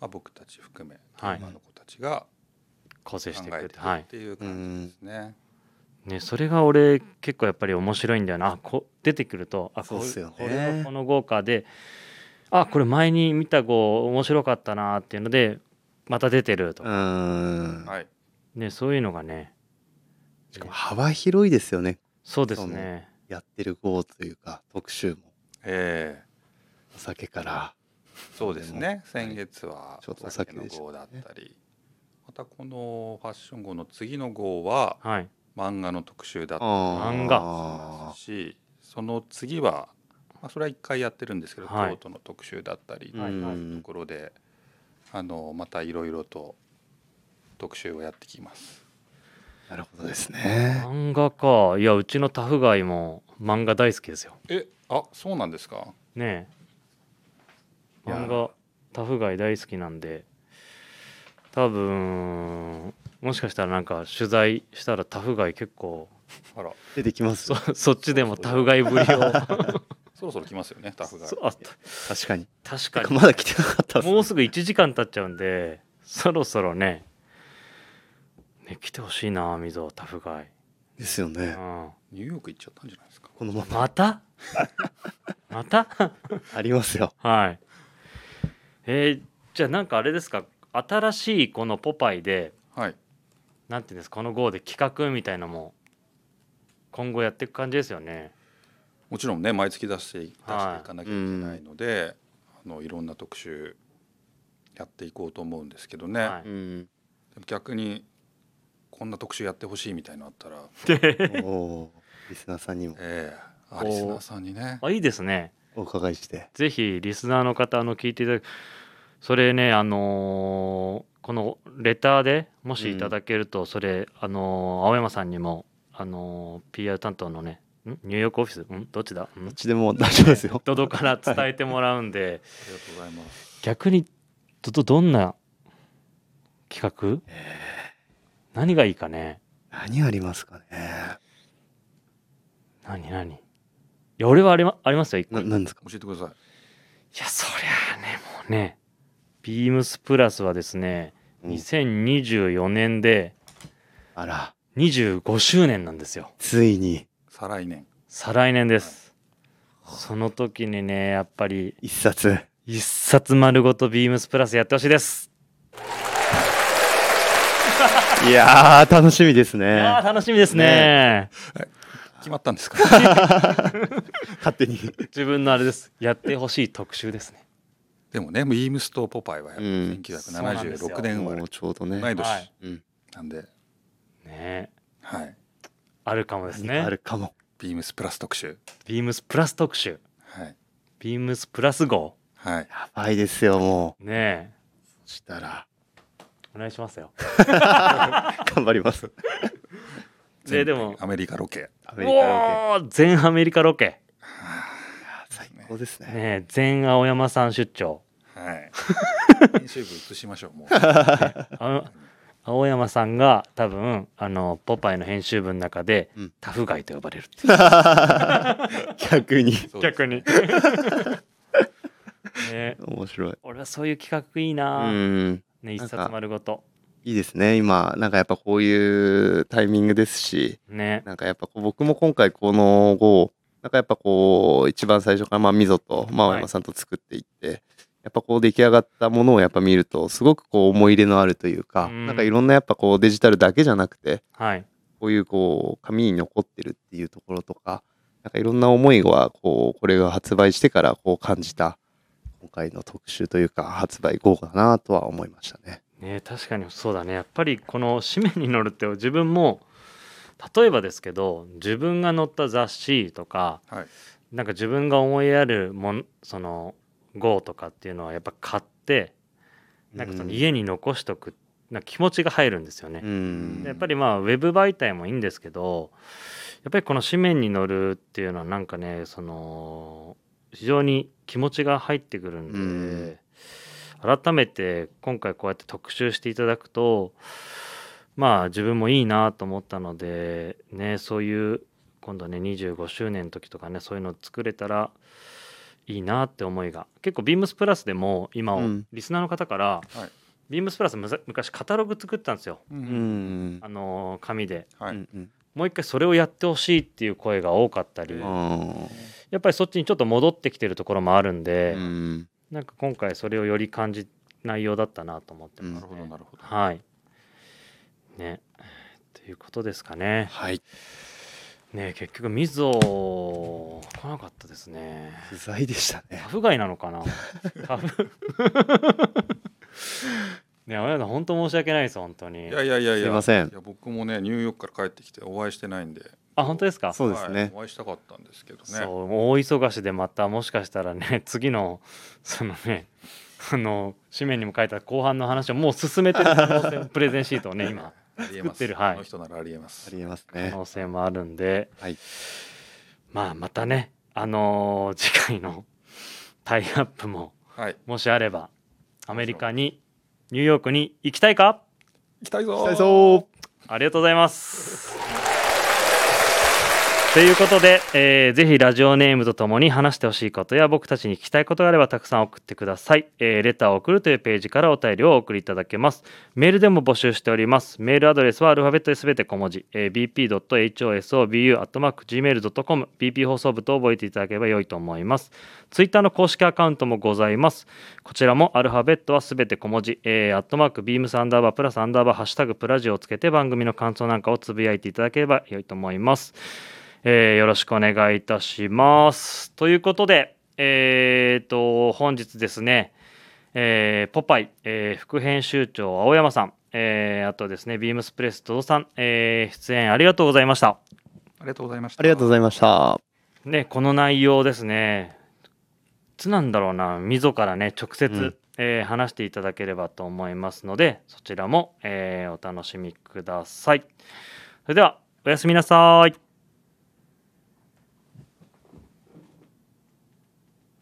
Speaker 2: まあ僕たち含め
Speaker 1: はい
Speaker 2: 現場の子たちが
Speaker 1: 構成
Speaker 2: 考
Speaker 1: していくっ
Speaker 2: え
Speaker 1: てて
Speaker 2: いく
Speaker 1: はい
Speaker 2: っていう感じですね
Speaker 1: ね、それが俺結構やっぱり面白いんだよなあこ出てくるとあ
Speaker 3: そうっすよね
Speaker 1: これこれはこの豪華であこれ前に見た号面白かったなっていうのでまた出てると
Speaker 3: う、ーん。
Speaker 2: はい
Speaker 1: ね、そういうのがね
Speaker 3: しかも幅広いですよね。
Speaker 1: そうです
Speaker 3: そう
Speaker 1: ね
Speaker 3: やってる号というか、特集も。
Speaker 2: え
Speaker 3: お酒から。
Speaker 2: えそうです
Speaker 3: で
Speaker 2: ね先月は
Speaker 3: ちょっと
Speaker 2: お
Speaker 3: お
Speaker 2: 酒
Speaker 3: 酒
Speaker 2: の
Speaker 3: でしたね
Speaker 2: 号だったりまたこのファッション号の次の号は
Speaker 1: はい
Speaker 2: 漫画の特集だったり
Speaker 1: 漫
Speaker 3: 漫
Speaker 1: 画
Speaker 2: もしますしその次は、まあ、それは1回やってるんですけど、
Speaker 1: はい
Speaker 2: 京都の特集だったり
Speaker 1: はいはい
Speaker 2: ところで、あのまたいろいろと特集をやってきます。
Speaker 3: なるほどですね。
Speaker 1: 漫画かいやうちのタフガイも漫画大好きですよ
Speaker 2: えあそうなんですか
Speaker 1: ねえ
Speaker 3: いや
Speaker 1: 漫画タフガイ大好きなんで多分もしかしたらなんか取材したらタフガイ結構
Speaker 2: あら
Speaker 3: (laughs) 出てきます
Speaker 1: そそっちでもタフガイぶりを
Speaker 2: そろそろ来ますよねタフが
Speaker 1: そうあた
Speaker 3: 確かに。
Speaker 1: 確か
Speaker 3: まだ来てなかったっ
Speaker 1: にもうすぐ1時間経っちゃうんでそろそろねね来てほしいなみぞタフガイ、
Speaker 3: ですよ
Speaker 1: う
Speaker 3: ね。
Speaker 1: ん、
Speaker 2: ニューヨーク行っちゃったんじゃないですか
Speaker 3: このまま
Speaker 1: また (laughs) また
Speaker 3: ありますよ。
Speaker 1: はい。えーじゃあなんかあれですか新しいこの「ポパイで」
Speaker 2: はい
Speaker 1: なんていうんですかこの号で企画みたいのも今後やっていく感じですよね。
Speaker 2: もちろんね毎月出して出してい
Speaker 1: はい
Speaker 2: かなきゃいけないので、あのいろんな特集やっていこうと思うんですけどね、
Speaker 1: は
Speaker 3: うん。
Speaker 2: でも逆にこんな特集やってほしいみたいのあったら
Speaker 3: おーリスナーさんにも
Speaker 2: ええ
Speaker 1: こう
Speaker 2: あリスナーさんにね。
Speaker 1: あいいですね。
Speaker 3: お伺いして。
Speaker 1: ぜひリスナーの方あの聞いていただくそれねあのーこのレターでもしいただけると、それあのー青山さんにもあのー PR 担当のねんニューヨークオフィスんどっちだ
Speaker 3: どっ
Speaker 1: ん (laughs)
Speaker 3: ちでも大丈夫ですよ。
Speaker 1: どどから伝えてもらうんで。
Speaker 2: ありがとうございます。
Speaker 1: 逆にどどどんな企画、何がいいかね
Speaker 3: 何ありますかね。
Speaker 1: 何何いや俺はあり,、まありますよ一個
Speaker 3: な、
Speaker 1: い
Speaker 3: なんですか。
Speaker 2: 教えてくださ
Speaker 1: やそりゃあねもうねビームスプラスはですね2024年で
Speaker 3: あら、
Speaker 1: 25周年なんですよ
Speaker 3: ついに
Speaker 2: い。再来年。
Speaker 1: 再来年ですその時にねやっぱり
Speaker 3: 一冊。
Speaker 1: 一冊丸ごとビームスプラスやってほしいです
Speaker 3: いやー、楽しみです
Speaker 1: いやー
Speaker 3: ね。
Speaker 1: 楽しみですね
Speaker 2: 決まったんですか。
Speaker 3: 勝手に。
Speaker 1: 自分のあれですやってほしい特集ですね
Speaker 2: (laughs) でもね、ビームスとポパイはやっぱり
Speaker 3: うん
Speaker 2: 1976年生ま
Speaker 3: も
Speaker 2: れ
Speaker 3: う、ちょう
Speaker 2: 同
Speaker 3: ど
Speaker 2: い
Speaker 3: ね。
Speaker 1: はい
Speaker 2: 年
Speaker 3: うん。
Speaker 2: なんで、
Speaker 1: ね
Speaker 2: はい。
Speaker 1: あるかもです
Speaker 3: 何かあ
Speaker 1: ね
Speaker 3: るかも。
Speaker 2: ビームスプラス特集。
Speaker 1: ビームスプラス特集
Speaker 2: はい。
Speaker 1: ビームスプラス号
Speaker 2: はい。
Speaker 3: やばいですよ、も
Speaker 1: ねえ
Speaker 3: う。そしたら。
Speaker 1: お願いしますよ
Speaker 3: 頑張ります。
Speaker 1: ででも
Speaker 2: アメリカロケ
Speaker 3: アメリカ
Speaker 1: お
Speaker 3: ロ
Speaker 1: おー全アメリカロケ、
Speaker 3: ケ最高ですね
Speaker 1: ね、全青山さん出張
Speaker 2: はい編集部移しましょうもう
Speaker 1: あ青山さんが多分あのポパイの編集部の中で、
Speaker 3: うん
Speaker 1: タフガイと呼ばれるっていう
Speaker 3: (laughs) 逆に
Speaker 2: そうです
Speaker 1: 逆 (laughs) にね
Speaker 3: 面白い
Speaker 1: 俺はそういう企画いいうなあ、
Speaker 3: ん
Speaker 1: ね一
Speaker 3: なん
Speaker 1: 冊
Speaker 3: か
Speaker 1: 丸ごと
Speaker 3: いいですね今なんかやっぱこういうタイミングですし
Speaker 1: ね
Speaker 3: なんかやっぱこう僕も今回この後なんかやっぱこう一番最初からまあみぞとまあ青山さんと作っていって、やっぱこう出来上がったものをやっぱ見るとすごくこう思い入れのあるというか、
Speaker 1: うん
Speaker 3: なんかいろんなやっぱこうデジタルだけじゃなくて
Speaker 1: はい
Speaker 3: こういうこう紙に残ってるっていうところとかなんかいろんな思いはこうこれが発売してからこう感じた今回の特集というか発売後かなとは思いましたね。
Speaker 1: ね確かにそうだねやっぱりこの紙面に載るって自分も例えばですけど自分が載った雑誌とか
Speaker 2: はい
Speaker 1: なんか自分が思いやるもんその号とかっていうのはやっぱ買ってなんかその家に残しとくなんか気持ちが入るんですよね。
Speaker 3: うん
Speaker 1: でやっぱりまあウェブ媒体もいいんですけどやっぱりこの紙面に載るっていうのはなんかねその非常に気持ちが入ってくるんで、改めて今回こうやって特集していただくとまあ自分もいいなと思ったのでねそういう今度ね25周年の時とかねそういうの作れたらいいなって思いが結構ビームスプラスでも今を
Speaker 3: うん
Speaker 1: リスナーの方から、
Speaker 2: はい
Speaker 1: ビームスプラスむさ昔カタログ作ったんですよ。
Speaker 2: う
Speaker 3: うんん
Speaker 1: あのー紙で
Speaker 2: は
Speaker 3: う
Speaker 2: い
Speaker 3: んうん
Speaker 1: もう一回それをやってほしいっていう声が多かったり、
Speaker 2: うん
Speaker 3: あ
Speaker 1: やっぱりそっちにちょっと戻ってきてるところもあるん
Speaker 3: ー
Speaker 1: で、
Speaker 3: うん
Speaker 1: なんか今回それをより感じ内容だったなと思ってます、
Speaker 2: なるほどなるほど
Speaker 1: はいねということですかね
Speaker 3: はい
Speaker 1: ね結局水を来なかったですね
Speaker 3: 不在でしたね
Speaker 1: タ。フガイなの
Speaker 2: (laughs)
Speaker 1: かなタフ (laughs) ね青山さん本当申し訳ないです本当に
Speaker 2: いやいやいやいや
Speaker 3: すいません
Speaker 2: いや僕もねニューヨークから帰ってきてお会いしてないんで
Speaker 1: あ本当ですか
Speaker 3: そうですね
Speaker 2: はいお会いしたかったんですけど
Speaker 1: そう
Speaker 2: ね
Speaker 1: もう大忙しでまたもしかしたらね (laughs) 次のそのねあの紙面にも書いた後半の話をもう進めてる可能性プレゼンシートをね今
Speaker 2: ありえま
Speaker 1: 作っ
Speaker 2: す
Speaker 1: てるはい
Speaker 2: この人ならありえま
Speaker 3: あ
Speaker 2: す
Speaker 3: りえます
Speaker 1: 可
Speaker 3: ね。
Speaker 1: 能性もあるんで、
Speaker 3: はい
Speaker 1: まあまたねあのー次回の (laughs) タイアップも
Speaker 2: はい
Speaker 1: もしあればアメリカにニューヨークに行きたいか
Speaker 2: 行きたいぞー
Speaker 3: 期待そう
Speaker 1: ありがとうございます。ということで、えーぜひラジオネームとともに話してほしいことや僕たちに聞きたいことがあればたくさん送ってください、えーレターを送るというページからお便りをお送りいただけますメールでも募集しておりますメールアドレスはアルファベットで全て小文字、えー bp.hosobu.gmail.com bp 放送部と覚えていただければ良いと思いますツイッターの公式アカウントもございますこちらもアルファベットはすべて小文字、えー、アットマーク、ビームサンダーバー、プラスアンダーバー、ハッシュタグ、プラジオをつけて番組の感想なんかをつぶやいていただければ良いと思います。えーよろしくお願いいたします。ということで、えー、と、本日ですね、えーポパイ、えー副編集長、青山さん、えーあとですね、ビームスプレス、戸田さん、えー出演ありがとうございました。
Speaker 2: ありがとうございました
Speaker 3: ありがとうございました。
Speaker 1: ね、この内容ですね、いつなんだろうな、溝からね、直接、
Speaker 3: うん
Speaker 1: えー話していただければと思いますので、そちらも、えーお楽しみください。それでは、おやすみなさい。